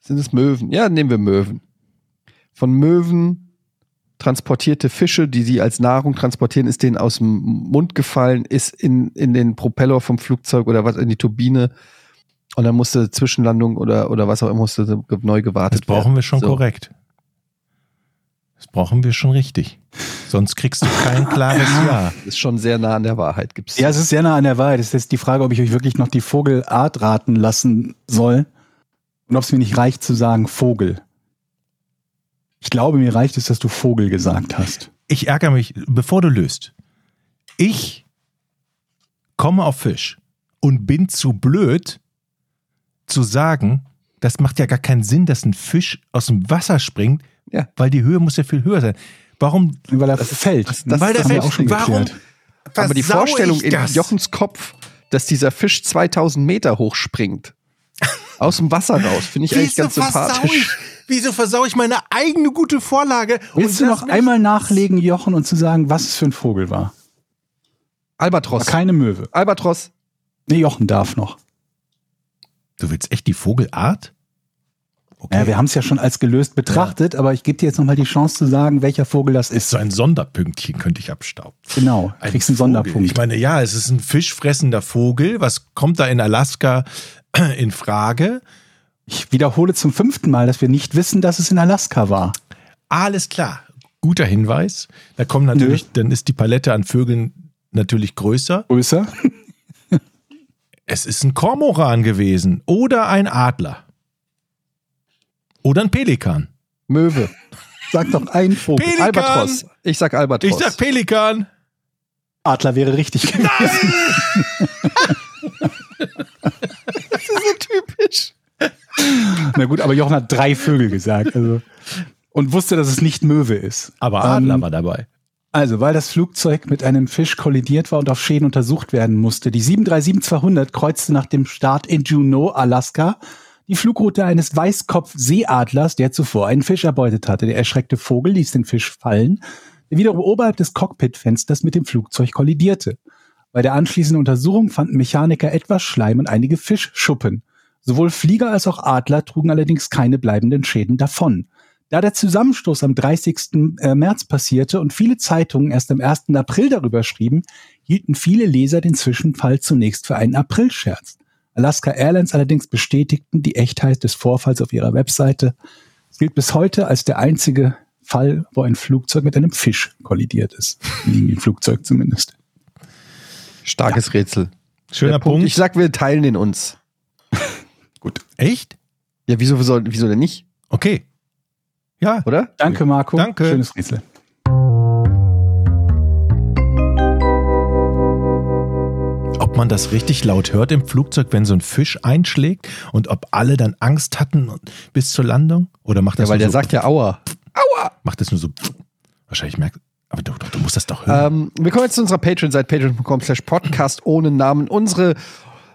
Sind es Möwen? Ja, nehmen wir Möwen. Von Möwen transportierte Fische, die sie als Nahrung transportieren, ist denen aus dem Mund gefallen, ist in, in den Propeller vom Flugzeug oder was, in die Turbine. Und dann musste Zwischenlandung oder, oder was auch immer, musste ge- neu Das gewartet werden. brauchen wir schon So. korrekt. Das brauchen wir schon richtig. Sonst kriegst du (laughs) kein klares Ja. Ist schon sehr nah an der Wahrheit. Gibt's. Ja, es ist sehr nah an der Wahrheit. Es ist jetzt die Frage, ob ich euch wirklich noch die Vogelart raten lassen soll und ob es mir nicht reicht zu sagen Vogel. Ich glaube, mir reicht es, dass du Vogel gesagt hast. Ich ärgere mich, bevor du löst. Ich komme auf Fisch und bin zu blöd zu sagen, das macht ja gar keinen Sinn, dass ein Fisch aus dem Wasser springt, Ja. weil die Höhe muss ja viel höher sein. Warum? Weil er fällt. das- weil das der haben wir Fisch- auch schon warum? geklärt. Aber die versau Vorstellung ich in das? Jochens Kopf, dass dieser Fisch 2000 Meter hoch springt, aus dem Wasser raus, finde ich eigentlich Wieso ganz versau ich, sympathisch. wieso versau ich meine eigene gute Vorlage? Willst du und noch lass mich- einmal nachlegen, Jochen, und zu sagen, was es für ein Vogel war? War Albatros. keine Möwe. Albatros. Nee, Jochen darf noch. Du willst echt die Vogelart? Okay. Ja, wir haben es ja schon als gelöst betrachtet, aber ich gebe dir jetzt nochmal die Chance zu sagen, welcher Vogel das ist. so ein Sonderpünktchen könnte ich abstauben. Genau, kriegst Vogel. einen Sonderpunkt. Ich meine, ja, es ist ein fischfressender Vogel. Was kommt da in Alaska äh, in Frage? Ich wiederhole zum fünften Mal, dass wir nicht wissen, dass es in Alaska war. Alles klar. Guter Hinweis. Da kommen natürlich, dann ist die Palette an Vögeln natürlich größer. Größer? Es ist ein Kormoran gewesen oder ein Adler. Oder ein Pelikan. Möwe. Sag doch ein Vogel. Pelikan! Albatros. Ich sag Albatros. Ich sag Pelikan. Adler wäre richtig gewesen. (laughs) typisch. Na gut, aber Jochen hat drei Vögel gesagt. Also. Und wusste, dass es nicht Möwe ist. Aber Adler Ähm, war dabei. Also, weil das Flugzeug mit einem Fisch kollidiert war und auf Schäden untersucht werden musste. Die 737-200 kreuzte nach dem Start in Juneau, Alaska, die Flugroute eines Weißkopf-Seeadlers, der zuvor einen Fisch erbeutet hatte. Der erschreckte Vogel ließ den Fisch fallen, der wiederum oberhalb des Cockpitfensters mit dem Flugzeug kollidierte. Bei der anschließenden Untersuchung fanden Mechaniker etwas Schleim und einige Fischschuppen. Sowohl Flieger als auch Adler trugen allerdings keine bleibenden Schäden davon. Da der Zusammenstoß am 30. äh, März passierte und viele Zeitungen erst am 1. April darüber schrieben, hielten viele Leser den Zwischenfall zunächst für einen Aprilscherz. Alaska Airlines allerdings bestätigten die Echtheit des Vorfalls auf ihrer Webseite. Es gilt bis heute als der einzige Fall, wo ein Flugzeug mit einem Fisch kollidiert ist. Ein Linienflugzeug zumindest. Starkes Rätsel. Der Schöner Punkt. Ich sag, wir teilen den uns. Echt? Ja, wieso, soll- wieso denn nicht, Okay. Ja. oder? Danke, Marco. Danke. Schönes Rätsel. Ob man das richtig laut hört im Flugzeug, wenn so ein Fisch einschlägt und ob alle dann Angst hatten und- bis zur Landung? Oder macht das Ja, weil der nur so, sagt ja Aua. macht das nur so wahrscheinlich merkt, aber du, du, du musst das doch hören. Ähm, wir kommen jetzt zu unserer Patreon-Seite, patreon.com slash podcast ohne Namen. Unsere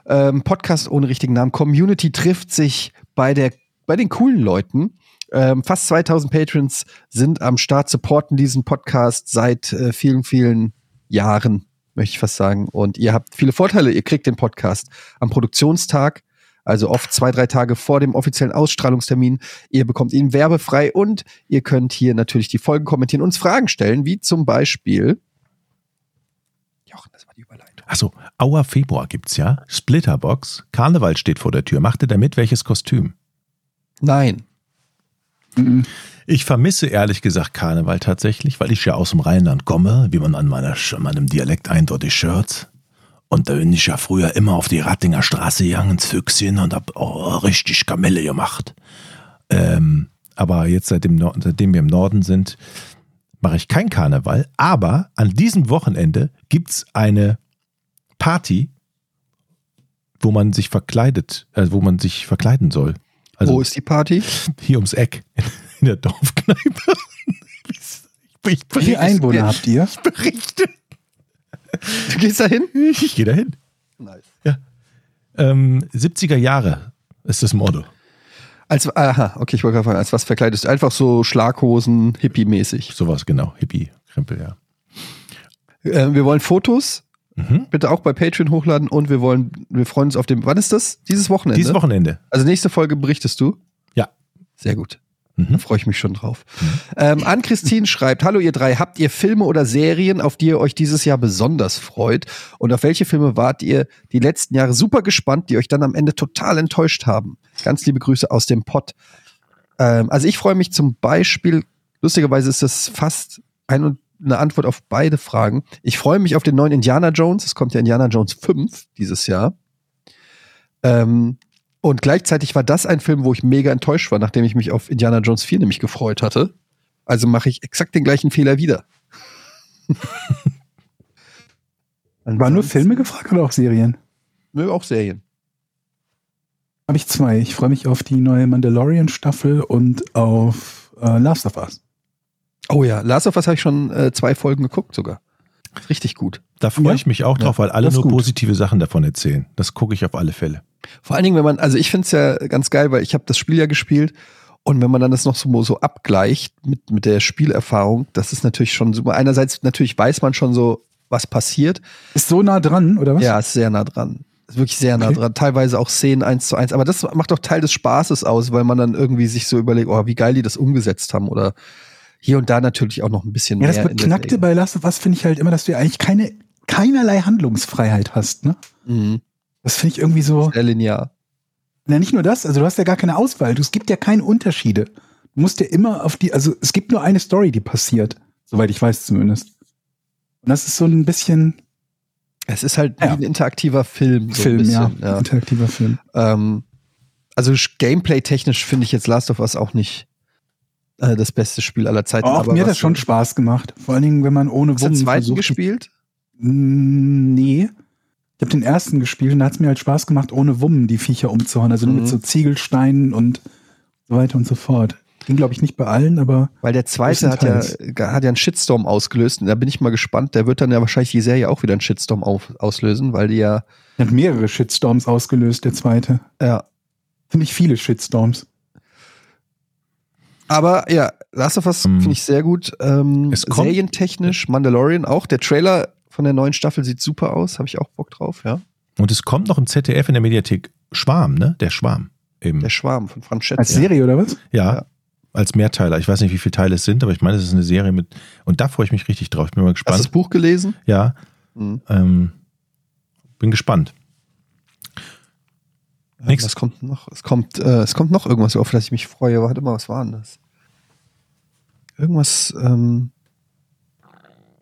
ähm, Podcast ohne richtigen Namen Community trifft sich bei, der, bei den coolen Leuten. Ähm, fast 2000 Patrons sind am Start, supporten diesen Podcast seit äh, vielen, vielen Jahren, möchte ich fast sagen. Und ihr habt viele Vorteile. Ihr kriegt den Podcast am Produktionstag, also oft zwei, drei Tage vor dem offiziellen Ausstrahlungstermin. Ihr bekommt ihn werbefrei und ihr könnt hier natürlich die Folgen kommentieren, uns Fragen stellen, wie zum Beispiel. Jochen, das war die Überleitung. Achso, Auer Februar gibt's ja. Splitterbox. Karneval steht vor der Tür. Macht ihr damit welches Kostüm? Nein. Ich vermisse ehrlich gesagt Karneval tatsächlich, weil ich ja aus dem Rheinland komme, wie man an meiner, an meinem Dialekt eindeutig hört. Und da bin ich ja früher immer auf die Rattinger Straße gegangen ins Füchschen und hab oh, richtig Kamelle gemacht. Ähm, aber jetzt, seitdem, Nor- seitdem wir im Norden sind, mache ich kein Karneval. Aber an diesem Wochenende gibt's eine Party, wo man sich verkleidet, äh, wo man sich verkleiden soll. Also- Wo ist die Party? (laughs) hier ums Eck in der Dorfkneipe. (laughs) Ich Wie viele berichte. Einwohner habt ihr? Ich berichte. Du gehst da hin? Ich gehe dahin. Nice. Ähm, 70er Jahre ist das Motto. (laughs) Als, aha, okay, ich wollte gerade fragen, als was verkleidest du? Einfach so Schlaghosen, hippie-mäßig. Sowas genau. Hippie Krempel, ja. Äh, wir wollen Fotos, Mhm. bitte auch bei Patreon hochladen und wir wollen, wir freuen uns auf dem, wann ist das? Dieses Wochenende? Dieses Wochenende. Also nächste Folge berichtest du? Ja. Sehr gut. Mhm. Da freue ich mich schon drauf. Ähm, Ann Christine schreibt: Hallo, ihr drei. Habt ihr Filme oder Serien, auf die ihr euch dieses Jahr besonders freut? Und auf welche Filme wart ihr die letzten Jahre super gespannt, die euch dann am Ende total enttäuscht haben? Ganz liebe Grüße aus dem Pott. Ähm, also, ich freue mich zum Beispiel, lustigerweise ist das fast ein und eine Antwort auf beide Fragen. Ich freue mich auf den neuen Indiana Jones. Es kommt ja Indiana Jones 5 dieses Jahr. Ähm, und gleichzeitig war das ein Film, wo ich mega enttäuscht war, nachdem ich mich auf Indiana Jones 4 nämlich gefreut hatte. Also mache ich exakt den gleichen Fehler wieder. (laughs) Waren nur Filme gefragt oder auch Serien? Nö, auch Serien. Habe ich zwei. Ich freue mich auf die neue Mandalorian-Staffel und auf äh, Last of Us. Oh ja, Last of Us habe ich schon äh, zwei Folgen geguckt sogar. Ist Richtig gut. Da freue Ja. ich mich auch drauf, weil alle das ist nur gut. positive Sachen davon erzählen. Das gucke ich auf alle Fälle. Vor allen Dingen, wenn man, also ich finde es ja ganz geil, weil ich habe das Spiel ja gespielt und wenn man dann das noch so, so abgleicht mit, mit der Spielerfahrung, das ist natürlich schon super. Einerseits natürlich weiß man schon so, was passiert. Ist so nah dran, oder was? Ja, ist sehr nah dran. Ist wirklich sehr nah Okay. dran. Teilweise auch Szenen eins zu eins. Aber das macht doch Teil des Spaßes aus, weil man dann irgendwie sich so überlegt, oh, wie geil die das umgesetzt haben oder hier und da natürlich auch noch ein bisschen mehr. Ja, das in der Beknackte Regel. bei Last of Us finde ich halt immer, dass du ja eigentlich keine, keinerlei Handlungsfreiheit hast. Ne? mhm. Das finde ich irgendwie so. Sehr linear. Na, nicht nur das, also du hast ja gar keine Auswahl. Du, es gibt ja keine Unterschiede. Du musst ja immer auf die, also es gibt nur eine Story, die passiert. Soweit ich weiß zumindest. Und das ist so ein bisschen Es ist halt wie Ja. ein interaktiver Film. So ein Film, ja. bisschen, ja. Interaktiver Film. Ähm, also sch- gameplay-technisch finde ich jetzt Last of Us auch nicht äh, das beste Spiel aller Zeiten. Auch mir hat Äh, was- das schon Spaß gemacht. Vor allen Dingen, wenn man ohne Hast du den Wummen zweiten versucht, gespielt? Mm, Nee. Ich habe den ersten gespielt und da hat es mir halt Spaß gemacht, ohne Wummen die Viecher umzuhauen. Also nur Mhm. mit so Ziegelsteinen und so weiter und so fort. Ging, glaube ich, nicht bei allen, aber Weil der zweite hat ja, Größtenteils. ge- hat ja einen Shitstorm ausgelöst und da bin ich mal gespannt. Der wird dann ja wahrscheinlich die Serie auch wieder einen Shitstorm auf, auslösen, weil die ja, der hat mehrere Shitstorms ausgelöst, der zweite. ja. Ziemlich viele Shitstorms. Aber ja, Last of Us Hm. finde ich sehr gut. Ähm, Es kommt- serientechnisch, Mandalorian auch. Der Trailer von der neuen Staffel sieht super aus, habe ich auch Bock drauf, ja. Und es kommt noch im ZDF in der Mediathek Schwarm, ne? Der Schwarm. Eben. Der Schwarm von Francesca. Als Serie oder was? ja, ja. Als Mehrteiler. Ich weiß nicht, wie viele Teile es sind, aber ich meine, es ist eine Serie mit. Und da freue ich mich richtig drauf. Ich bin mal Hast du gespannt. das Buch gelesen? ja. Mhm. Ähm, bin gespannt. Nix. Ähm, Was kommt noch? Es kommt, äh, es kommt noch irgendwas, auf das ich mich freue. Warte mal, was war denn das? Irgendwas, ähm,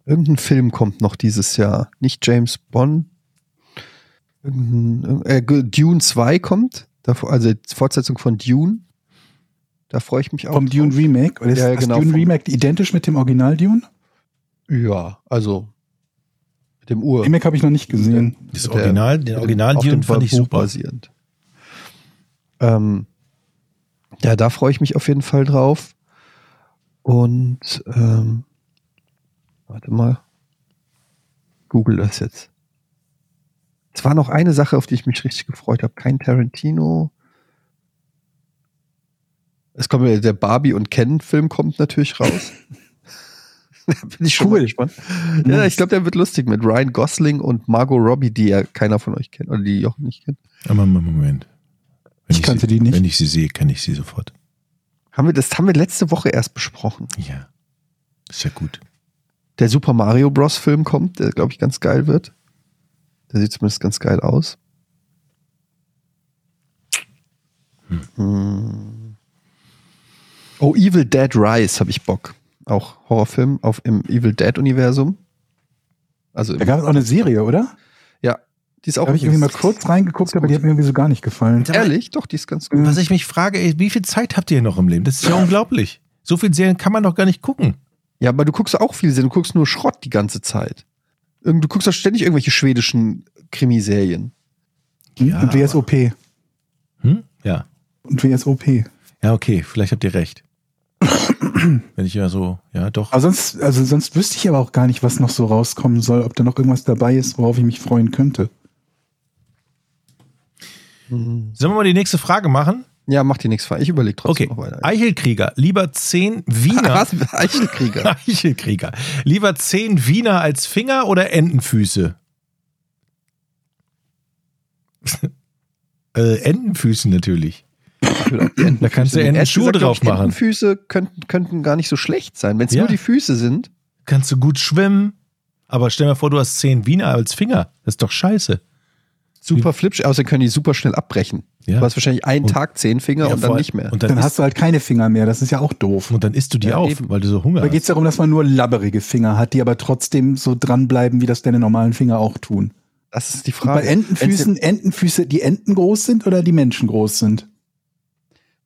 irgendein Film kommt noch dieses Jahr. Nicht James Bond. Irgendein, äh, Dune 2 kommt. Davor, also die Fortsetzung von Dune. Da freue ich mich auch. Vom Dune drauf. Remake? Oder ist Ja, ja, das genau, Dune vom- Remake identisch mit dem Original Dune? Ja, also mit dem Uhr. Remake habe ich noch nicht gesehen. Das Mit der- Original, mit den dem- Original auf Dune dem fand ich Buch super. Basierend. Ähm, ja, da freue ich mich auf jeden Fall drauf. Und ähm, warte mal. Google das jetzt. Es war noch eine Sache, auf die ich mich richtig gefreut habe. Kein Tarantino. Es kommt ja der Barbie und Ken-Film kommt natürlich (laughs) raus. da bin ich schon mal Cool. gespannt. Hm. Ja, ich glaube, der wird lustig mit Ryan Gosling und Margot Robbie, die ja keiner von euch kennt oder die Jochen nicht kennt. Aber Moment. Wenn Ich kannte sie, die nicht. Wenn ich sie sehe, kenne ich sie sofort. Haben wir, das haben wir letzte Woche erst besprochen. Ja. Ist ja gut. Der Super Mario Bros. Film kommt, der, glaube ich, ganz geil wird. Der sieht zumindest ganz geil aus. Hm. Oh, Evil Dead Rise habe ich Bock. Auch Horrorfilm auf, im Evil Dead-Universum. Also, Da im, gab es auch eine Serie, oder? ja, die ist Da auch. habe ich irgendwie mal kurz reingeguckt, aber die hat mir irgendwie so gar nicht gefallen. Ehrlich, doch, die ist ganz gut. Was ich mich frage, ey, wie viel Zeit habt ihr noch im Leben? Das (laughs) ist ja unglaublich. So viele Serien kann man doch gar nicht gucken. Ja, aber du guckst auch viel Serien, du guckst nur Schrott die ganze Zeit. Irgend- Du guckst doch ständig irgendwelche schwedischen Krimiserien. Ja, und WSOP. Hm? Ja. Und WSOP. Ja, okay, vielleicht habt (clears throat) ihr recht. Wenn ich ja so, ja, doch. Aber sonst, also sonst wüsste ich aber auch gar nicht, was noch so rauskommen soll, ob da noch irgendwas dabei ist, worauf ich mich freuen könnte. Also- Sollen wir mal die nächste Frage machen? Ja, mach dir nichts falsch. Ich überlege trotzdem Okay. noch (laughs) weiter. Eichelkrieger, lieber 10 (laughs) Wiener. Was? (laughs) Eichelkrieger. Eichelkrieger. Lieber 10 Wiener als Finger oder Entenfüße? (laughs) äh, Entenfüßen natürlich. Da kannst du Enten Schuhe drauf machen. Füße könnten, könnten gar nicht so schlecht sein. Wenn es Ja. nur die Füße sind, Kannst du gut schwimmen. Aber stell dir mal vor, du hast 10 Wiener als Finger. Das ist doch scheiße. Super flipsch, außerdem können die super schnell abbrechen. Ja. Du hast wahrscheinlich einen Und- Tag zehn Finger Ja, und vor dann allem- nicht mehr. Und dann, Dann isst, hast du halt keine Finger mehr. Das ist ja auch doof. und dann isst du die Ja, auf, eben. weil du so Hunger Da geht hast. es darum, dass man nur labberige Finger hat, die aber trotzdem so dranbleiben, wie das deine normalen Finger auch tun. Das ist die Und Frage. bei Entenfüßen, Entenfüße, die Enten groß sind oder die Menschen groß sind?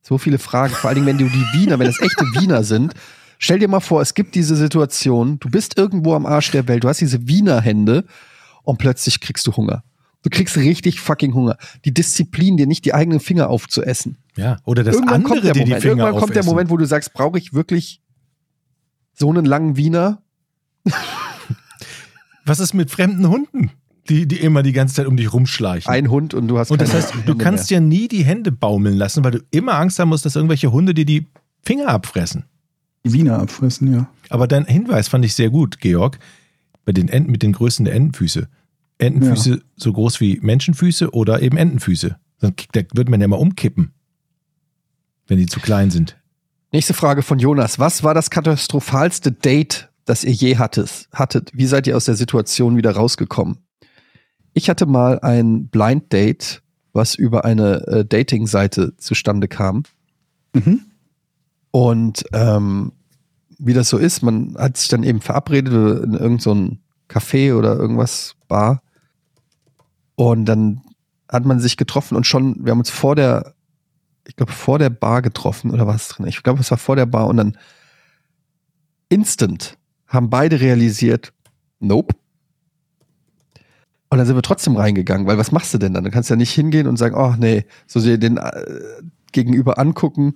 So viele Fragen. Vor allen Dingen, wenn du die Wiener, wenn das echte Wiener sind. Stell dir mal vor, es gibt diese Situation, du bist irgendwo am Arsch der Welt, du hast diese Wiener Hände und plötzlich kriegst du Hunger. Du kriegst richtig fucking Hunger. Die Disziplin, dir nicht die eigenen Finger aufzuessen. Ja, oder das irgendwann andere, kommt der die die Moment, Finger irgendwann kommt der aufessen. Moment, wo du sagst, brauche ich wirklich so einen langen Wiener? Was ist mit fremden Hunden, die, die immer die ganze Zeit um dich rumschleichen? Ein Hund und du hast und das keine heißt, du Hände kannst mehr. ja nie die Hände baumeln lassen, weil du immer Angst haben musst, dass irgendwelche Hunde dir die Finger abfressen. Die Wiener abfressen, ja. Aber dein Hinweis fand ich sehr gut, Georg. Bei den Enten mit den Größen der Entenfüße. Entenfüße so groß wie Menschenfüße oder eben Entenfüße. Dann k- da wird man ja mal umkippen, wenn die zu klein sind. Nächste Frage von Jonas. Was war das katastrophalste Date, das ihr je hattet? hattet? Wie seid ihr aus der Situation wieder rausgekommen? Ich hatte mal ein Blind Date, was über eine äh, Dating-Seite zustande kam. Mhm. Und ähm, wie das so ist, man hat sich dann eben verabredet in irgendeinem so ein Café oder irgendwas, Bar. Und dann hat man sich getroffen und schon, wir haben uns vor der, ich glaube, vor der Bar getroffen oder was drin? Ich glaube, es war vor der Bar und dann instant haben beide realisiert, nope. Und dann sind wir trotzdem reingegangen, weil was machst du denn dann? Du kannst ja nicht hingehen und sagen, oh nee, so dir den äh, gegenüber angucken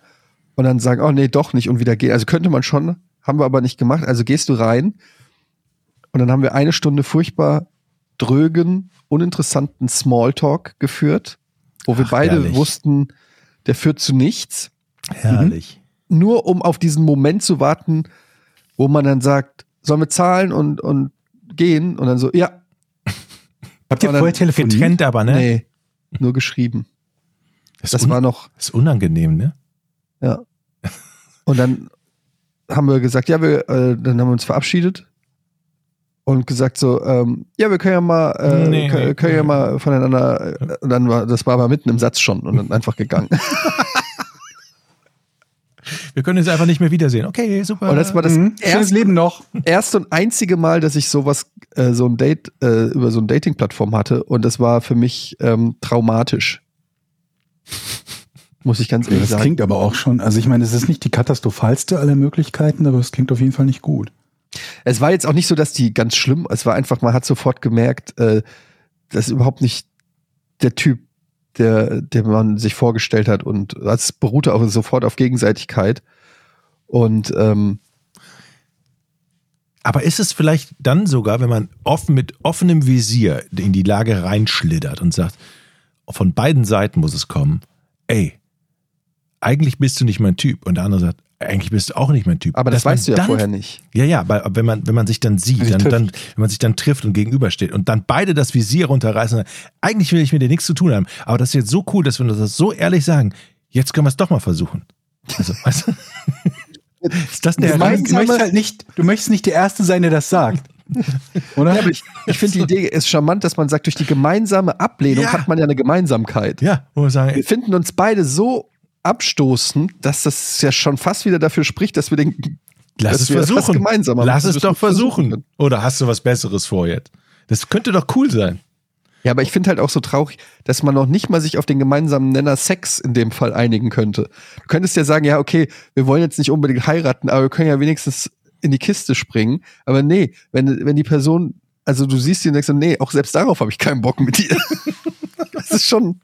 und dann sagen, oh nee, doch nicht und wieder gehen. Also könnte man schon, haben wir aber nicht gemacht. Also gehst du rein und dann haben wir eine Stunde furchtbar drögen, uninteressanten Smalltalk geführt, wo wir Ach, beide herrlich. wussten, der führt zu nichts Herrlich. nur um auf diesen Moment zu warten, wo man dann sagt, sollen wir zahlen und, und gehen? Und dann so, ja, Habt ihr Aber dann vorher telefoniert? Getrennt aber, ne? nee, nur geschrieben. Das, ist Das un war noch, das ist unangenehm, ne? ja. Und dann haben wir gesagt, ja, wir, äh, dann haben wir uns verabschiedet und gesagt so, ähm, ja, wir können ja mal, äh, Nee, können, nee, können ja nee. mal voneinander, äh, und dann war, das war aber mitten im Satz schon und dann einfach (laughs) gegangen. Wir können uns einfach nicht mehr wiedersehen. Okay, super. Und das war das Mhm. Schönes erste Leben noch. erste und einzige Mal, dass ich sowas, äh, so ein Date äh, über so eine Dating-Plattform hatte und das war für mich ähm, traumatisch. (laughs) Muss ich ganz ehrlich Das sagen. klingt aber auch schon. Also ich meine, es ist nicht die katastrophalste aller Möglichkeiten, aber es klingt auf jeden Fall nicht gut. Es war jetzt auch nicht so, dass die ganz schlimm, es war einfach, man hat sofort gemerkt, äh, das ist überhaupt nicht der Typ, der, der man sich vorgestellt hat und das beruhte auch sofort auf Gegenseitigkeit. Und ähm, Aber ist es vielleicht dann sogar, wenn man offen mit offenem Visier in die Lage reinschlittert und sagt, von beiden Seiten muss es kommen, ey, eigentlich bist du nicht mein Typ. Und der andere sagt, eigentlich bist du auch nicht mein Typ. aber das Dass man weißt du ja dann, vorher nicht. Ja, ja, weil, wenn, man, wenn man sich dann sieht, Sich dann, trifft. dann, wenn man sich dann trifft und gegenübersteht und dann beide das Visier runterreißen, und sagen, eigentlich will ich mit dir nichts zu tun haben. Aber das ist jetzt so cool, dass wir das so ehrlich sagen, jetzt können wir es doch mal versuchen. Also, weißt du? (laughs) Ist das eine Du meinst, du, Herangehensweise? möchtest halt nicht, du möchtest nicht der Erste sein, der das (laughs) sagt. Oder? Ich (laughs) finde die Idee ist charmant, dass man sagt, durch die gemeinsame Ablehnung Ja. hat man ja eine Gemeinsamkeit. Ja, wo wir sagen, wir finden uns beide so abstoßend, dass das ja schon fast wieder dafür spricht, dass wir den. Lass dass es wir das versuchen. gemeinsam haben. Lass Dass es wir doch versuchen. können. Oder hast du was Besseres vor jetzt? Das könnte doch cool sein. Ja, aber ich finde halt auch so traurig, dass man noch nicht mal sich auf den gemeinsamen Nenner Sex in dem Fall einigen könnte. Du könntest ja sagen, ja, okay, wir wollen jetzt nicht unbedingt heiraten, aber wir können ja wenigstens in die Kiste springen. Aber nee, wenn, wenn die Person, also du siehst die und denkst, so, nee, auch selbst darauf habe ich keinen Bock mit dir. (laughs) das ist schon,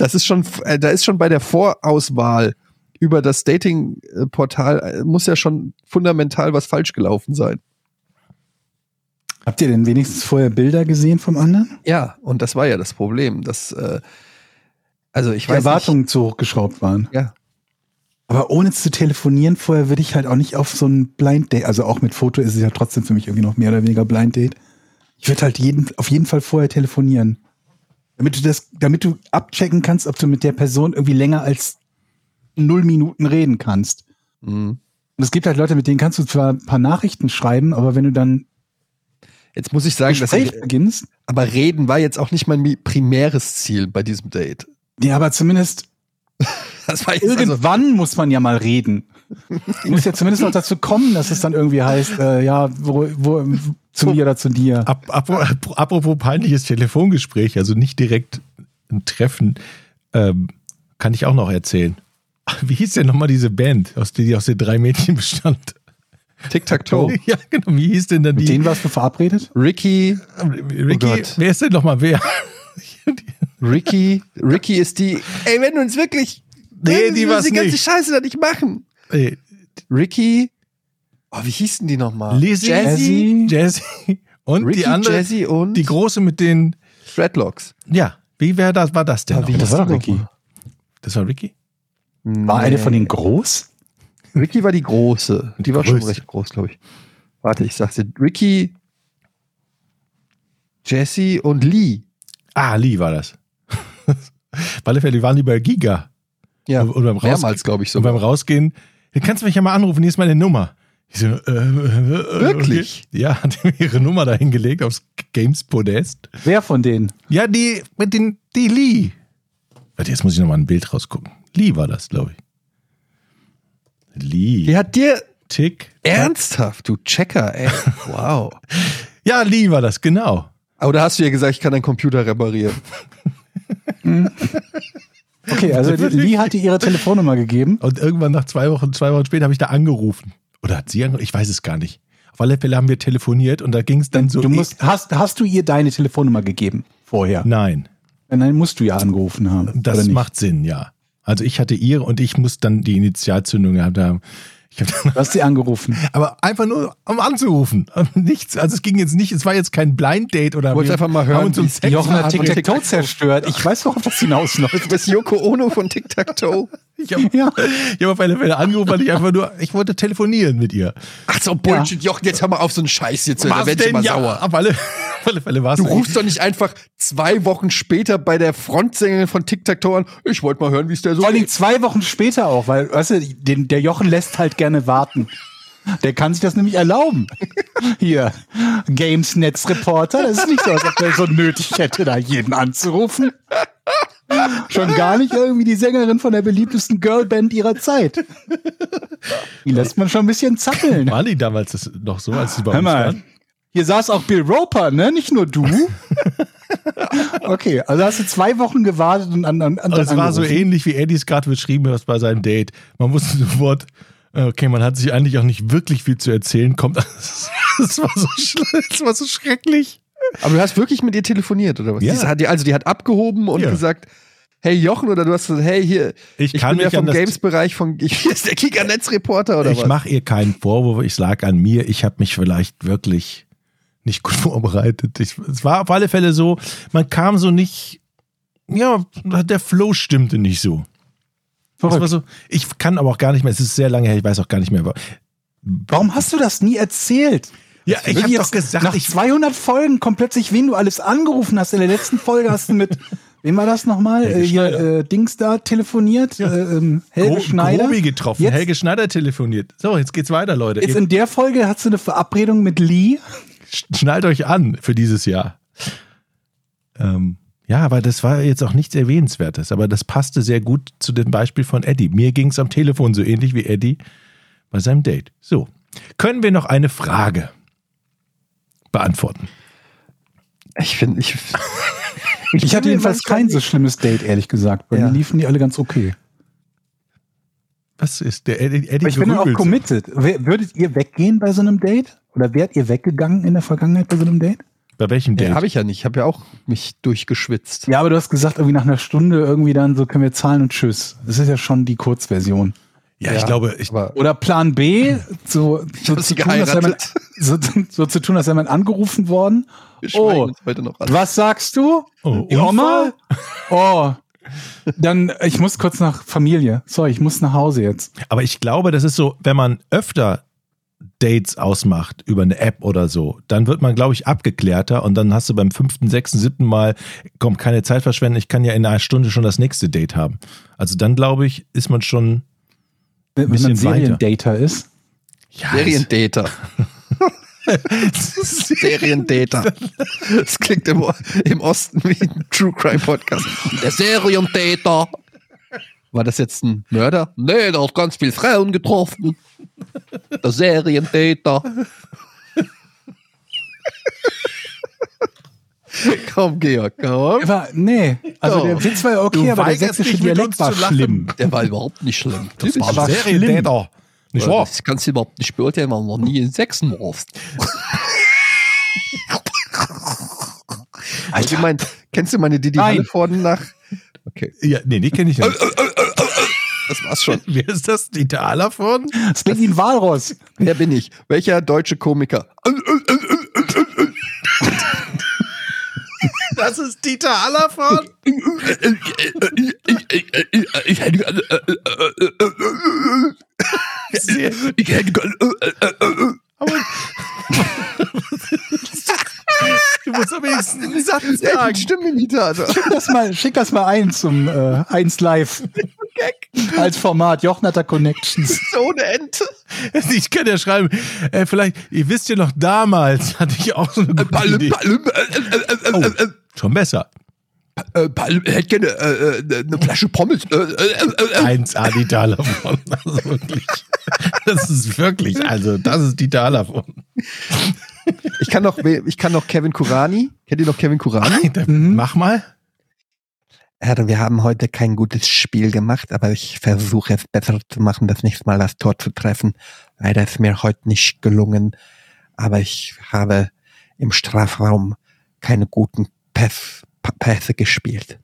das ist schon, äh, da ist schon bei der Vorauswahl über das Dating-Portal äh, muss ja schon fundamental was falsch gelaufen sein. Habt ihr denn wenigstens vorher Bilder gesehen vom anderen? Ja, und das war ja das Problem, dass, äh, also ich Die weiß nicht, Erwartungen zu hoch geschraubt waren. Ja. Aber ohne zu telefonieren vorher würde ich halt auch nicht auf so ein Blind Date, also auch mit Foto ist es ja trotzdem für mich irgendwie noch mehr oder weniger Blind Date. Ich würde halt jeden, auf jeden Fall vorher telefonieren. Damit du das, damit du abchecken kannst, ob du mit der Person irgendwie länger als null Minuten reden kannst. Mhm. Und es gibt halt Leute, mit denen kannst du zwar ein paar Nachrichten schreiben, aber wenn du dann Jetzt muss ich sagen, dass Gespräch ich, beginnst. aber reden war jetzt auch nicht mein mi- primäres Ziel bei diesem Date. (laughs) Ja, aber zumindest Das war jetzt also, irgendwann muss man ja mal reden. muss ja zumindest noch dazu kommen, dass es dann irgendwie heißt, äh, ja, wo, wo, zu mir oder zu dir. Ap ap ap apropos peinliches Telefongespräch, also nicht direkt ein Treffen, ähm, kann ich auch noch erzählen. (laughs) Wie hieß denn nochmal diese Band, aus der die aus den drei Mädchen (laughs) bestand? Tic-Tac-Toe. (laughs) Ja, genau. Wie hieß denn dann Mit die? ähm, denen warst du verabredet? Ricky, Ricky, Oh Gott. wer ist denn nochmal wer? (laughs) Ricky, Ricky ist die. Ey, wenn du uns wirklich. Nee, wenn die wir war's die ganze nicht. Scheiße da nicht machen. Äh, Ricky. Oh, wie hießen die nochmal? Lizzie, Jazzy, Jazzy und Ricky, die andere, Jazzy und die große mit den, Dreadlocks. ja, wie wer das, war das denn? noch? Das war doch Ricky. Das war Ricky? War eine von denen groß? Ricky war die große. Die, war schon größte. recht groß, glaube ich. Warte, ich sag's dir. Ricky, Jesse und Lee. Ah, Lee war das. (laughs) Auf alle Fälle, die waren die bei Giga. Ja, Und beim Raus- mehrmals, glaube ich, Und beim sogar. Rausgehen, "Hey, kannst du mich ja mal anrufen, hier ist meine Nummer. Ich so, äh, äh, äh, Wirklich? Okay. Ja, (laughs) hat mir ihre Nummer dahin gelegt aufs Games-Podest. Wer von denen? Ja, die, mit den, die Lee. Warte, jetzt muss ich nochmal ein Bild rausgucken. Lee war das, glaube ich. Lee. Die hat dir. Tick. Ernsthaft, du Checker, (laughs) ey. Wow. Ja, Lee war das, genau. Aber da hast du ja gesagt, ich kann deinen Computer reparieren. Okay, also die- Lee hat dir ihre Telefonnummer gegeben. Und irgendwann nach zwei Wochen, zwei Wochen später habe ich da angerufen. Oder hat sie angerufen? Ich weiß es gar nicht. Auf alle Fälle haben wir telefoniert und da ging es dann so. Du musst, hast, hast du ihr deine Telefonnummer gegeben vorher? Nein, Dann musst du ja angerufen haben. oder das nicht? macht Sinn, ja. Also ich hatte ihre und ich muss dann die Initialzündung gehabt haben. Ich hab dann, Du hast sie angerufen. (laughs) aber einfach nur, um anzurufen. Nichts. Also es ging jetzt nicht, es war jetzt kein Blind Date oder Wolltest wir einfach mal hören, haben uns um wie- Sex Jochen hat verabredet. Tic-Tac-Toe zerstört. Ich weiß, worauf das hinausläuft. Du bist Yoko Ono von Tic Tac (laughs) Toe. Ich habe (laughs) Ja. hab auf alle Fälle angerufen, weil ich einfach nur, ich wollte telefonieren mit ihr. Ach so, Bullshit, Jochen, jetzt hör mal auf so einen Scheiß jetzt, da werd ich mal sauer. Auf alle, (laughs) auf alle Fälle war es Du rufst doch nicht einfach zwei Wochen später bei der Frontsängerin von Tic Tac Toe an, ich wollte mal hören, wie es der so Vor allem geht. zwei Wochen später auch, weil, weißt du, den, der Jochen lässt halt gerne warten. Der kann sich das nämlich erlauben. Hier, Games-Netz-Reporter, das ist nicht so, als ob der so nötig hätte, da jeden anzurufen. Schon gar nicht irgendwie die Sängerin von der beliebtesten Girlband ihrer Zeit. Die lässt man schon ein bisschen zappeln. War die damals das noch so, als sie bei Hör uns mal, waren? hier saß auch Bill Roper, ne? Nicht (laughs) nur du. Okay, also hast du zwei Wochen gewartet und an, an, an Also es war so angerufen. ähnlich, wie Eddie es gerade beschrieben hat bei seinem Date. Man wusste (laughs) sofort, okay, man hat sich eigentlich auch nicht wirklich viel zu erzählen, kommt. (laughs) Es war so, schl- es war so schrecklich. Aber du hast wirklich mit ihr telefoniert, oder was? Ja. Die hat, die- also die hat abgehoben und Ja. gesagt, hey Jochen, oder du hast gesagt, hey, hier, Ich kann bin ja mich an vom das- Games-Bereich, von, (laughs) hier ist der Giga-Netz-Reporter, oder ich was? mache ihr keinen Vorwurf, ich lag an mir, ich habe mich vielleicht wirklich nicht gut (laughs) vorbereitet. Ich, es war auf alle Fälle so, man kam so nicht, ja, der Flow stimmte nicht so. Das war so. Ich kann aber auch gar nicht mehr, es ist sehr lange her, ich weiß auch gar nicht mehr. wa- Warum hast du das nie erzählt? Ja, ich Wenn habe jetzt doch gesagt, nach ich 200 Folgen kommt plötzlich, wen du alles angerufen hast. In der letzten Folge hast (laughs) du mit, wem war das nochmal? Helge Äh, hier, Schneider. äh, Dings da telefoniert, äh, ähm, Helge Gro- Schneider. Grobi getroffen, Jetzt- Helge Schneider telefoniert. So, jetzt geht's weiter, Leute. Jetzt Ihr in der Folge hast du eine Verabredung mit Lee. schnallt euch an für dieses Jahr. Ähm, ja, aber das war jetzt auch nichts Erwähnenswertes, aber das passte sehr gut zu dem Beispiel von Eddie. Mir ging's am Telefon so ähnlich wie Eddie bei seinem Date. So, können wir noch eine Frage beantworten? Ich finde, ich, Ich hatte mir jedenfalls manchmal kein so schlimmes Date, ehrlich gesagt. Bei Ja. mir liefen die alle ganz okay. Was ist der Eddie? Eddie Aber ich bin dann auch gerügelt. committed. Wer- Würdet ihr weggehen bei so einem Date? Oder wärt ihr weggegangen in der Vergangenheit bei so einem Date? Bei welchem nee, Date? habe ich ja nicht, ich habe ja auch mich durchgeschwitzt. Ja, aber du hast gesagt, irgendwie nach einer Stunde irgendwie dann so können wir zahlen und tschüss. Das ist ja schon die Kurzversion. ja, ich glaube, ich, Aber Oder Plan B, so, so, hab sie als wäre man, geheiratet. (laughs) so, so zu tun, als wäre man angerufen worden. wir schweigen Oh, uns heute noch an. was sagst du? Oh, Die Oma? Oh, dann, ich muss kurz nach Familie. Sorry, ich muss nach Hause jetzt. Aber ich glaube, das ist so, wenn man öfter Dates ausmacht über eine App oder so, dann wird man, glaube ich, abgeklärter und dann hast du beim fünften, sechsten, siebten Mal, komm, keine Zeit verschwenden, ich kann ja in einer Stunde schon das nächste Date haben. Also dann, glaube ich, ist man schon. Wenn, wenn Bisschen man weiter. Seriendater ist. (laughs) Ja, Seriendater. Serientäter. Das klingt im, O- im Osten wie ein True Crime Podcast. Der Serientäter. War das jetzt ein Mörder? Nee, der hat ganz viele Frauen getroffen. Der Serientäter. komm, Georg, komm. Der War, nee, also Oh. der Witz war ja okay, Du aber der weigerst sächsische dich, mit Dialekt uns war zu lachen. schlimm. Der war überhaupt nicht schlimm. Das war war aber Serientäter. Nicht wahr? Das kannst du überhaupt nicht beurteilen, weil du noch nie in Sachsen warst. Also, ich mein, kennst du meine Didi Nein. Halleforden nach? Okay, Ja, nee, die kenne ich nicht. das war's schon. Wer ist das? Die Taler von? (laughs) Das klingt wie ein Walross. Wer bin ich? Welcher deutsche Komiker? Das ist Dieter Allerfahrt. Ich hätte gerne, Sehr gut. ich hätte gerne, Du musst am wenigsten einen Satz eine sagen. Stimmenimitator. Das mal, schick das mal ein zum äh, 1 Live. Als Format Jochen hat da Connections. So eine Ente. Ich kann ja schreiben, äh, vielleicht, ihr wisst ja noch, damals hatte ich auch so eine gute Palm, Idee. Palm, äh, äh, Oh, äh, äh, schon besser. äh, äh, Palm, hätte gerne äh, äh, eine Flasche Pommes. Äh, äh, äh, äh. 1A Dieter Allerfahrt. (laughs) Also wirklich. Das ist wirklich, also das ist Dieter Allerfahrt. Ich kann noch, ich kann noch Kevin Kurani. Kennt ihr noch Kevin Kurani? Mach mal. Herr, wir haben heute kein gutes Spiel gemacht, aber ich versuche es besser zu machen, das nächste Mal das Tor zu treffen. Leider ist mir heute nicht gelungen, aber ich habe im Strafraum keine guten Päs- Pa- Pässe gespielt.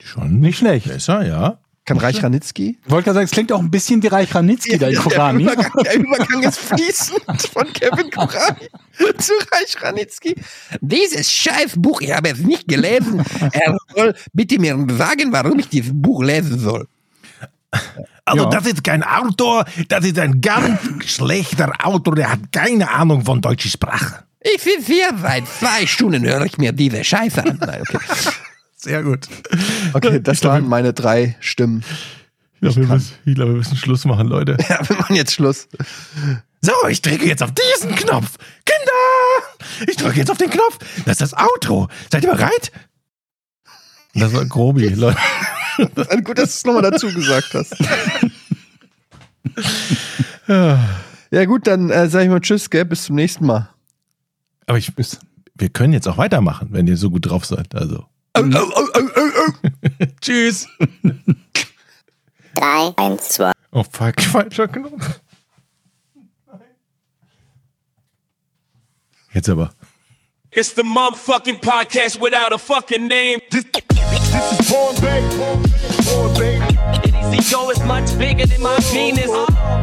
Schon Nicht schlecht. besser, ja. Kann Reich Ranitzky? Ich wollte gerade sagen, es klingt auch ein bisschen wie Reich Ranitzky da in Kogani. Der Übergang, der Übergang ist fließend von Kevin Kurani (laughs) zu Reich Ranitzky. Dieses Scheißbuch, ich habe es nicht gelesen. Er soll bitte mir sagen, warum ich dieses Buch lesen soll. Also Ja. das ist kein Autor, das ist ein ganz schlechter Autor, der hat keine Ahnung von deutscher Sprache. Ich sitze hier seit zwei Stunden, höre ich mir diese Scheiße an. Nein, okay. Sehr gut. okay, das waren meine drei Stimmen. Ich glaube, wir, müssen- ich glaub, wir müssen Schluss machen, Leute. (laughs) Ja, wir machen jetzt Schluss. So, ich drücke jetzt auf diesen Knopf. Kinder! Ich drücke jetzt auf den Knopf. Das ist das Outro. Seid ihr bereit? Das war Grobi, Leute. Gut, dass du es nochmal dazu gesagt (laughs) hast. ja, gut, dann äh, sage ich mal Tschüss, gell? Bis zum nächsten Mal. Aber ich, wir können jetzt auch weitermachen, wenn ihr so gut drauf seid. Also. (laughs) Tschüss. 3, 1, 2. Oh fuck, falscher Knopf. Jetzt aber. It's the motherfucking podcast without a fucking name. This is Porn Bay. Porn Bay. Porn Bay. CEO is much bigger than my penis.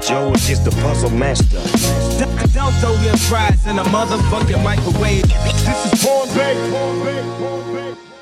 Joe is just the puzzle master. Don't throw your prize in the motherfucking microwave. This is Porn Bay. Porn Bay. Porn Bay.